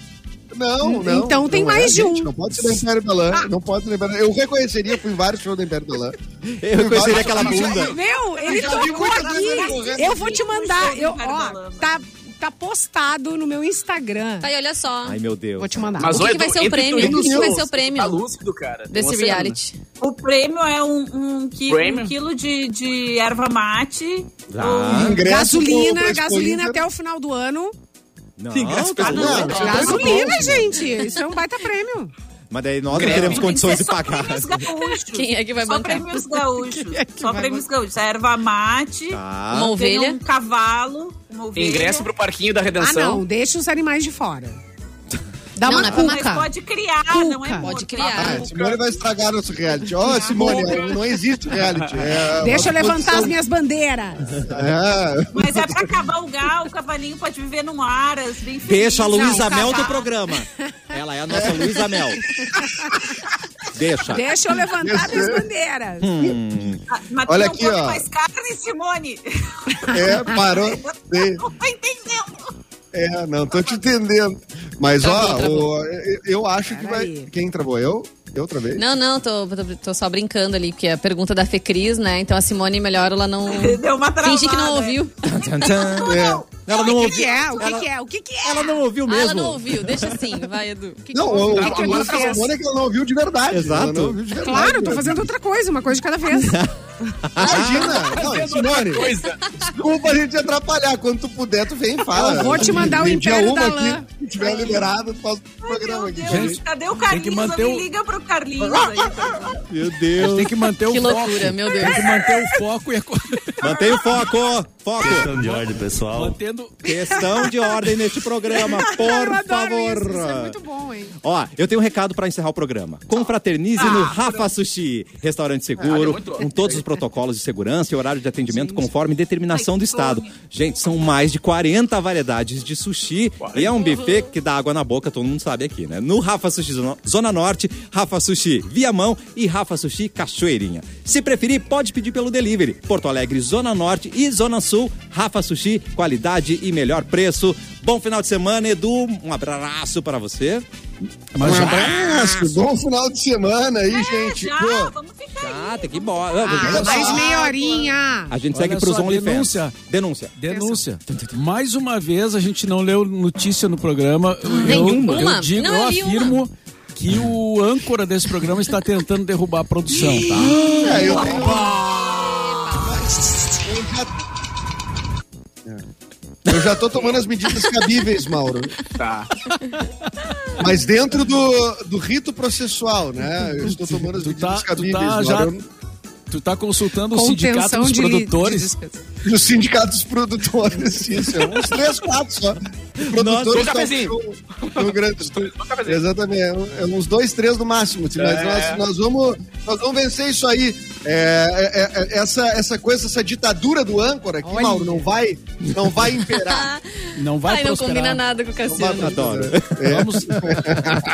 Speaker 4: Não, não.
Speaker 5: Então tem
Speaker 4: não é.
Speaker 5: mais de um.
Speaker 4: gente, Não pode ser do Império da Lã. Não pode ser do Império da Lã. Eu reconheceria, fui em vários shows do Império da Lã.
Speaker 1: Eu
Speaker 5: é
Speaker 1: reconheceria aquela bunda.
Speaker 5: Meu, ele
Speaker 4: já vi
Speaker 5: tocou
Speaker 4: muitas vezes
Speaker 5: aqui.
Speaker 4: correndo.
Speaker 5: Eu vou te mandar.
Speaker 7: Muito
Speaker 5: Eu,
Speaker 7: show do Império da
Speaker 5: ó,
Speaker 7: Lama.
Speaker 5: tá, tá postado no meu Instagram.
Speaker 6: Tá aí, olha só.
Speaker 1: Ai, meu Deus.
Speaker 5: Vou te mandar.
Speaker 6: Mas- O que
Speaker 3: olha,
Speaker 6: que vai
Speaker 3: tu-
Speaker 6: ser o
Speaker 3: entre
Speaker 6: prêmio?
Speaker 3: tu e
Speaker 6: O que que vai
Speaker 3: Deus,
Speaker 6: ser o prêmio
Speaker 3: Tá lúcido, cara. Tem
Speaker 6: Desse
Speaker 3: uma semana.
Speaker 6: reality.
Speaker 7: O prêmio é um, um, qui-
Speaker 3: Prêmio?
Speaker 7: um quilo de, de erva mate.
Speaker 1: Ah,
Speaker 4: Hum, Ingresso
Speaker 5: Gasolina,
Speaker 4: pro- pra Expo
Speaker 5: gasolina
Speaker 4: Inter.
Speaker 5: até o final do ano.
Speaker 1: não,
Speaker 3: Ingresso
Speaker 1: tá
Speaker 3: pelo
Speaker 1: louco.
Speaker 3: Uber.
Speaker 5: Gasolina, gente. Isso é um baita prêmio.
Speaker 1: Mas daí nós não
Speaker 3: Greve.
Speaker 1: teremos condições de
Speaker 7: Só
Speaker 1: pagar.
Speaker 7: prêmios gaúchos.
Speaker 6: Quem é que vai
Speaker 7: Só
Speaker 6: bancar?
Speaker 7: prêmios gaúchos.
Speaker 5: Quem é que
Speaker 7: Só
Speaker 5: vai
Speaker 7: prêmios gaúchos. A erva mate.
Speaker 1: Tá.
Speaker 3: Ah,
Speaker 6: Uma
Speaker 7: tem
Speaker 6: ovelha.
Speaker 7: um cavalo. Uma ovelha.
Speaker 3: Ingresso pro Parquinho da
Speaker 1: Tá
Speaker 5: Ah,
Speaker 3: Redenção.
Speaker 5: não. Deixa os animais de fora. Dá
Speaker 6: Não,
Speaker 5: uma
Speaker 6: não é pra
Speaker 5: cuca.
Speaker 7: Mas pode criar, não é
Speaker 5: Cuca.
Speaker 7: morto.
Speaker 6: Pode criar.
Speaker 4: Ah, Simone vai estragar nosso reality. Ó, Simone, não existe reality. É
Speaker 5: Deixa eu
Speaker 4: uma
Speaker 5: levantar as
Speaker 4: produção-
Speaker 5: minhas bandeiras.
Speaker 4: É.
Speaker 7: Mas é pra cavalgar, o cavalinho pode viver num aras, bem feliz.
Speaker 1: Deixa a Luísa
Speaker 5: Não, tá
Speaker 1: Mel
Speaker 7: Ah,
Speaker 5: cavalo.
Speaker 1: do programa. Ela é a nossa Luísa Mel. Deixa.
Speaker 5: Deixa eu levantar minhas
Speaker 1: é-
Speaker 5: bandeiras.
Speaker 1: Hum.
Speaker 7: Ah, Mas tu
Speaker 4: Olha
Speaker 7: não
Speaker 4: aqui,
Speaker 7: come
Speaker 4: ó.
Speaker 7: mais carne, Simone.
Speaker 4: É, parou. Sim.
Speaker 7: Não tô entendendo.
Speaker 4: É, não tô te entendendo. Mas, ó, o- eu, eu acho que vai.
Speaker 5: Peraí.
Speaker 4: Quem travou? Eu? Eu travei?
Speaker 6: Não, não, tô, tô, tô só brincando ali, porque é a pergunta da Fecris, né? Então a Simone melhor ela não.
Speaker 7: Deu uma travada.
Speaker 6: Fingir que não ouviu.
Speaker 1: Tan, tan, tan.
Speaker 4: É.
Speaker 1: Ela não
Speaker 5: O que
Speaker 1: ouviu.
Speaker 5: que é? O que
Speaker 1: Ela-
Speaker 5: que é? O que que é?
Speaker 1: Ela não ouviu
Speaker 6: Ah, ela não
Speaker 1: mesmo.
Speaker 6: ouviu. Deixa assim, vai, Edu. Que que
Speaker 4: Não,
Speaker 6: houve?
Speaker 4: o
Speaker 5: que que
Speaker 4: problema
Speaker 5: ele
Speaker 4: da
Speaker 5: fez?
Speaker 4: Simone é que ela não ouviu de verdade.
Speaker 1: Exato.
Speaker 4: Ela não ouviu de verdade.
Speaker 5: Claro, tô fazendo outra coisa, uma coisa de cada vez.
Speaker 4: Imagina! Não, Simone, desculpa a gente atrapalhar. Quando tu puder, tu vem e fala.
Speaker 5: Eu vou te mandar o
Speaker 4: Meio-dia
Speaker 5: Império
Speaker 4: uma
Speaker 5: da
Speaker 4: aqui,
Speaker 5: Lã.
Speaker 4: Se tiver liberado, tu faz o
Speaker 7: Ai,
Speaker 4: um programa
Speaker 7: meu
Speaker 4: aqui.
Speaker 7: Deus, cadê o Carlinhos?
Speaker 2: manter
Speaker 7: Me
Speaker 2: o-
Speaker 7: liga pro Carlinhos aí. tá?
Speaker 1: Meu Deus.
Speaker 2: Tem que manter o
Speaker 6: Que
Speaker 2: foco.
Speaker 6: loucura, meu Deus.
Speaker 2: Tem que manter o foco e a co-
Speaker 1: Mantém o foco. Foco.
Speaker 11: de ordem, pessoal.
Speaker 2: mantendo.
Speaker 1: Questão de ordem neste programa,
Speaker 5: Eu
Speaker 1: por
Speaker 5: adoro
Speaker 1: favor.
Speaker 5: isso, isso é muito bom, hein?
Speaker 1: Ó, eu tenho um recado pra encerrar o programa. Confraternize
Speaker 7: Ah,
Speaker 1: no Rafa Sushi. Restaurante seguro, com todos os protocolos de segurança e horário de atendimento conforme determinação
Speaker 7: Ai,
Speaker 1: do
Speaker 7: que
Speaker 1: Estado.
Speaker 7: fome.
Speaker 1: Gente, são mais de 40 variedades de sushi. E é um buffet que dá água na boca, todo mundo sabe aqui, né? No Rafa Sushi Zona- Zona Norte, Rafa Sushi Viamão e Rafa Sushi Cachoeirinha. Se preferir, pode pedir pelo delivery. Porto Alegre, Zona Norte e Zona Sul. Rafa Sushi, qualidade e melhor preço. Bom final de semana, Edu. Um abraço pra você.
Speaker 4: Um
Speaker 2: Mas já-
Speaker 4: abraço, bom final de semana
Speaker 5: É,
Speaker 4: aí, gente.
Speaker 7: Já,
Speaker 4: Pô,
Speaker 7: vamos ficar
Speaker 1: Ah,
Speaker 7: aí.
Speaker 1: tem que ir embora.
Speaker 5: Ah, mais meia horinha.
Speaker 1: A gente
Speaker 2: Ah, Olha
Speaker 1: segue pros
Speaker 2: só,
Speaker 1: OnlyFans.
Speaker 2: denúncia.
Speaker 1: Denúncia.
Speaker 2: Denúncia. Mais uma vez, a gente não leu notícia no programa. Eu-
Speaker 6: Nenhuma.
Speaker 2: Eu,
Speaker 6: Uma.
Speaker 2: digo,
Speaker 6: Não,
Speaker 2: eu
Speaker 6: eu li
Speaker 2: afirmo que o âncora desse programa está tentando derrubar a produção, tá?
Speaker 4: é, eu tenho. Eu já... É. Eu já tô tomando as medidas cabíveis, Mauro.
Speaker 3: Tá.
Speaker 4: Mas dentro do, do rito processual, né? Eu estou tomando as
Speaker 2: Tu tá-
Speaker 4: medidas
Speaker 2: tu
Speaker 4: cabíveis,
Speaker 2: tá
Speaker 4: Mauro.
Speaker 2: já-
Speaker 4: Eu não-
Speaker 2: Tu tá consultando o sindicato
Speaker 5: Contenção
Speaker 2: dos
Speaker 5: de, li-
Speaker 2: produtores.
Speaker 5: de despesa.
Speaker 4: E os sindicatos produtores, isso. É uns três, quatro só. Produtores
Speaker 3: Nossa, um
Speaker 4: estão no, no grande estúdio. Exatamente. É, um- é uns dois, três no máximo. assim, Mas
Speaker 3: É.
Speaker 4: nós, nós vamos, nós vamos vencer isso aí. É, é, é, essa, essa coisa, essa ditadura do âncora aqui, Mauro, não vai, não vai imperar.
Speaker 2: Não vai
Speaker 6: Ai, não
Speaker 2: prosperar.
Speaker 6: combina nada com o Cassino.
Speaker 1: Adoro.
Speaker 2: Vamos,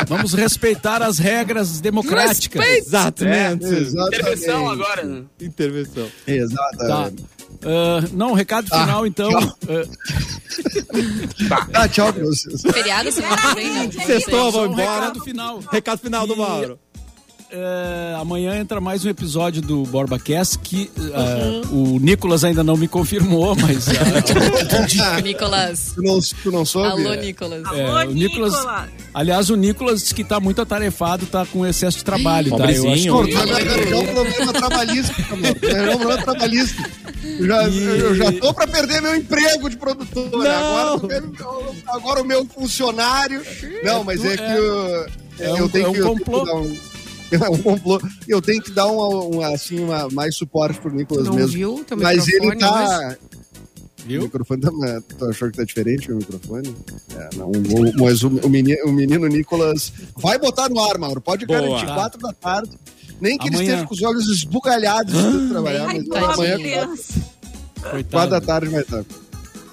Speaker 2: vamos respeitar as regras democráticas.
Speaker 1: Exatamente.
Speaker 4: Exatamente.
Speaker 3: Intervenção agora. né?
Speaker 1: Intervenção.
Speaker 2: Tá.
Speaker 4: Exatamente.
Speaker 2: Ah, não, recado final, então. Ah,
Speaker 4: Tá, tchau pra vocês.
Speaker 6: Feriado semana que vem, né?
Speaker 1: Sextou,
Speaker 2: só
Speaker 1: vamos
Speaker 2: um
Speaker 1: embora.
Speaker 2: recado final.
Speaker 1: Recado final do Mauro.
Speaker 2: é, amanhã entra mais um episódio do Borba Cast que é, o Nicolas ainda não me confirmou, mas.
Speaker 6: é, Nicolas.
Speaker 4: Tu não, tu não soube?
Speaker 6: Alô, Nicolas.
Speaker 2: É, o Nicolas, aliás, o Nicolas disse que tá muito atarefado, tá com excesso de trabalho, tá? Eu acho
Speaker 4: Pô,
Speaker 2: que-
Speaker 4: tu vai arranjar um problema trabalhista, Camila. Tu vai arranjar um problema trabalhista. Eu já, eu já tô pra perder meu emprego de produtor. né? Agora, tu quer- agora o meu funcionário. Não, mas é que eu,
Speaker 2: É um-
Speaker 4: eu tenho
Speaker 2: é um
Speaker 4: que. eu tenho
Speaker 2: complô.
Speaker 4: que dar um- é um complô. Eu tenho que dar um, um, assim, uma- mais suporte pro Nicolas
Speaker 5: Não
Speaker 4: mesmo.
Speaker 5: viu teu
Speaker 4: Mas ele
Speaker 5: microfone
Speaker 4: tá.
Speaker 2: Viu?
Speaker 4: O microfone tá. Tu achou que tá diferente o microfone? É, não. o- mas o, o menino, o menino Nicolas vai botar no ar, Mauro. Pode
Speaker 1: Boa.
Speaker 4: garantir, quatro da tarde. Nem que ele
Speaker 2: Amanhã.
Speaker 4: esteja com os olhos esbugalhados de trabalhar,
Speaker 7: Ai,
Speaker 4: mas
Speaker 7: tadinho.
Speaker 4: Tá amanhã, quatro- quatro
Speaker 2: Coitado.
Speaker 4: da tarde, vai estar.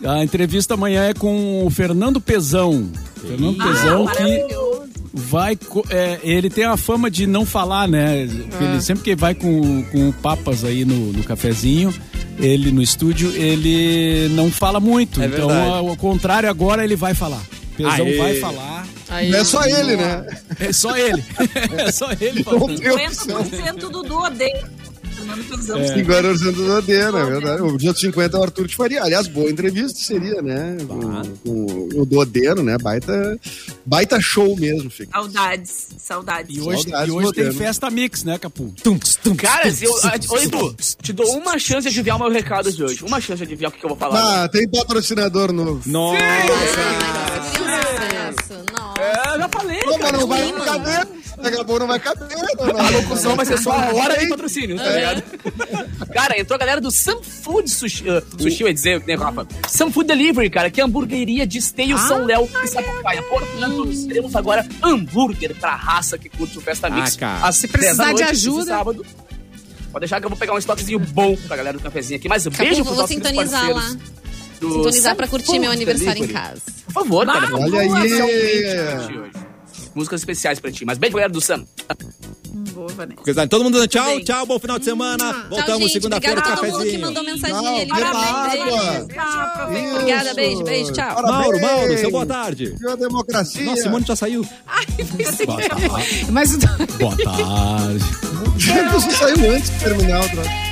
Speaker 2: A entrevista amanhã é com o Fernando Pezão. Fernando Pezão que vai. co- é, ele tem a fama de não falar, né? Porque Ele, sempre que vai com, com o Papas aí no, no cafezinho, ele no estúdio, ele não fala muito.
Speaker 1: É
Speaker 2: então,
Speaker 1: verdade.
Speaker 2: ao, ao contrário, agora ele vai falar. Pezão
Speaker 1: Aê.
Speaker 2: vai falar.
Speaker 6: Aí, um
Speaker 4: Não é só ele, né?
Speaker 2: É só ele. é só ele
Speaker 4: Não
Speaker 2: falando.
Speaker 4: tem opção.
Speaker 7: 50% do Dudu odeia. Fernando Pezão.
Speaker 2: É.
Speaker 4: Agora o Santos odeia, né? É verdade. O dia 50 é o Arthur de Faria. Aliás, boa entrevista seria, né? Com, com o Dodeno, né? Baita, baita show mesmo, fica.
Speaker 7: Saudades, saudades.
Speaker 2: E hoje,
Speaker 4: Saudades
Speaker 2: e hoje tem
Speaker 4: modernas.
Speaker 2: festa mix, né, Capu?
Speaker 3: Cara, se eu. ah, Ô, Edu, te dou uma chance de adivinhar o meu recado de hoje. Uma chance de adivinhar o que que eu vou falar.
Speaker 4: Ah, tem patrocinador novo.
Speaker 1: Nossa!
Speaker 6: Deus, nossa.
Speaker 3: É, eu já falei.
Speaker 4: Não, mas
Speaker 3: cara.
Speaker 4: não vai
Speaker 6: ruim, mano.
Speaker 4: caber. Daqui a pouco não vai caber. Não, é
Speaker 3: A locução vai ser só a hora e patrocínio, tá ligado? Cara, entrou a galera do Some Food Sushi, ah, sushi eu ia dizer, né, Rafa? Some Food Delivery, cara, que é hamburgueria de esteio
Speaker 6: Ah,
Speaker 3: São Léo
Speaker 6: é.
Speaker 3: e Sapucaia. Portanto, teremos agora hambúrguer pra raça que curte o Festa Mix.
Speaker 1: Ah, cara.
Speaker 3: às
Speaker 5: Se precisar
Speaker 3: 10 da
Speaker 5: de
Speaker 3: noite,
Speaker 5: ajuda.
Speaker 3: esse sábado. Pode deixar que eu vou pegar um estoquezinho bom pra galera do cafezinho aqui. Mas um
Speaker 6: Acabou,
Speaker 3: beijo pros
Speaker 6: vou
Speaker 3: nossos
Speaker 6: sintonizar
Speaker 3: parceiros
Speaker 6: lá.
Speaker 3: do
Speaker 6: Sintonizar pra
Speaker 3: Some
Speaker 6: curtir meu
Speaker 3: Food
Speaker 6: aniversário em
Speaker 3: Delivery.
Speaker 6: casa.
Speaker 3: Por favor, cara.
Speaker 7: Vamos,
Speaker 4: Olha aí.
Speaker 3: Especialmente hoje. Músicas especiais pra ti. Mas beijo, galera do Sam.
Speaker 7: Boa, Vanessa.
Speaker 1: Coisa- Todo mundo dando tchau,
Speaker 7: Bem.
Speaker 1: tchau, bom final de semana.
Speaker 6: Hum. Tchau,
Speaker 1: Voltamos
Speaker 6: gente.
Speaker 1: segunda-feira,
Speaker 6: Obrigada a todo mundo que
Speaker 1: cafezinho.
Speaker 6: mandou
Speaker 4: Tchau,
Speaker 6: mensaginha ali.
Speaker 4: beba
Speaker 6: Parabéns,
Speaker 4: água.
Speaker 6: beijo.
Speaker 4: Isso.
Speaker 6: Obrigada, beijo, beijo, tchau.
Speaker 1: Mauro,
Speaker 4: Parabéns.
Speaker 1: Mauro, seu boa tarde.
Speaker 4: Viu a democracia?
Speaker 3: um
Speaker 1: Nossa, Simone já saiu.
Speaker 5: Mas
Speaker 2: Boa tarde.
Speaker 4: tá Você saiu antes de terminar o troço.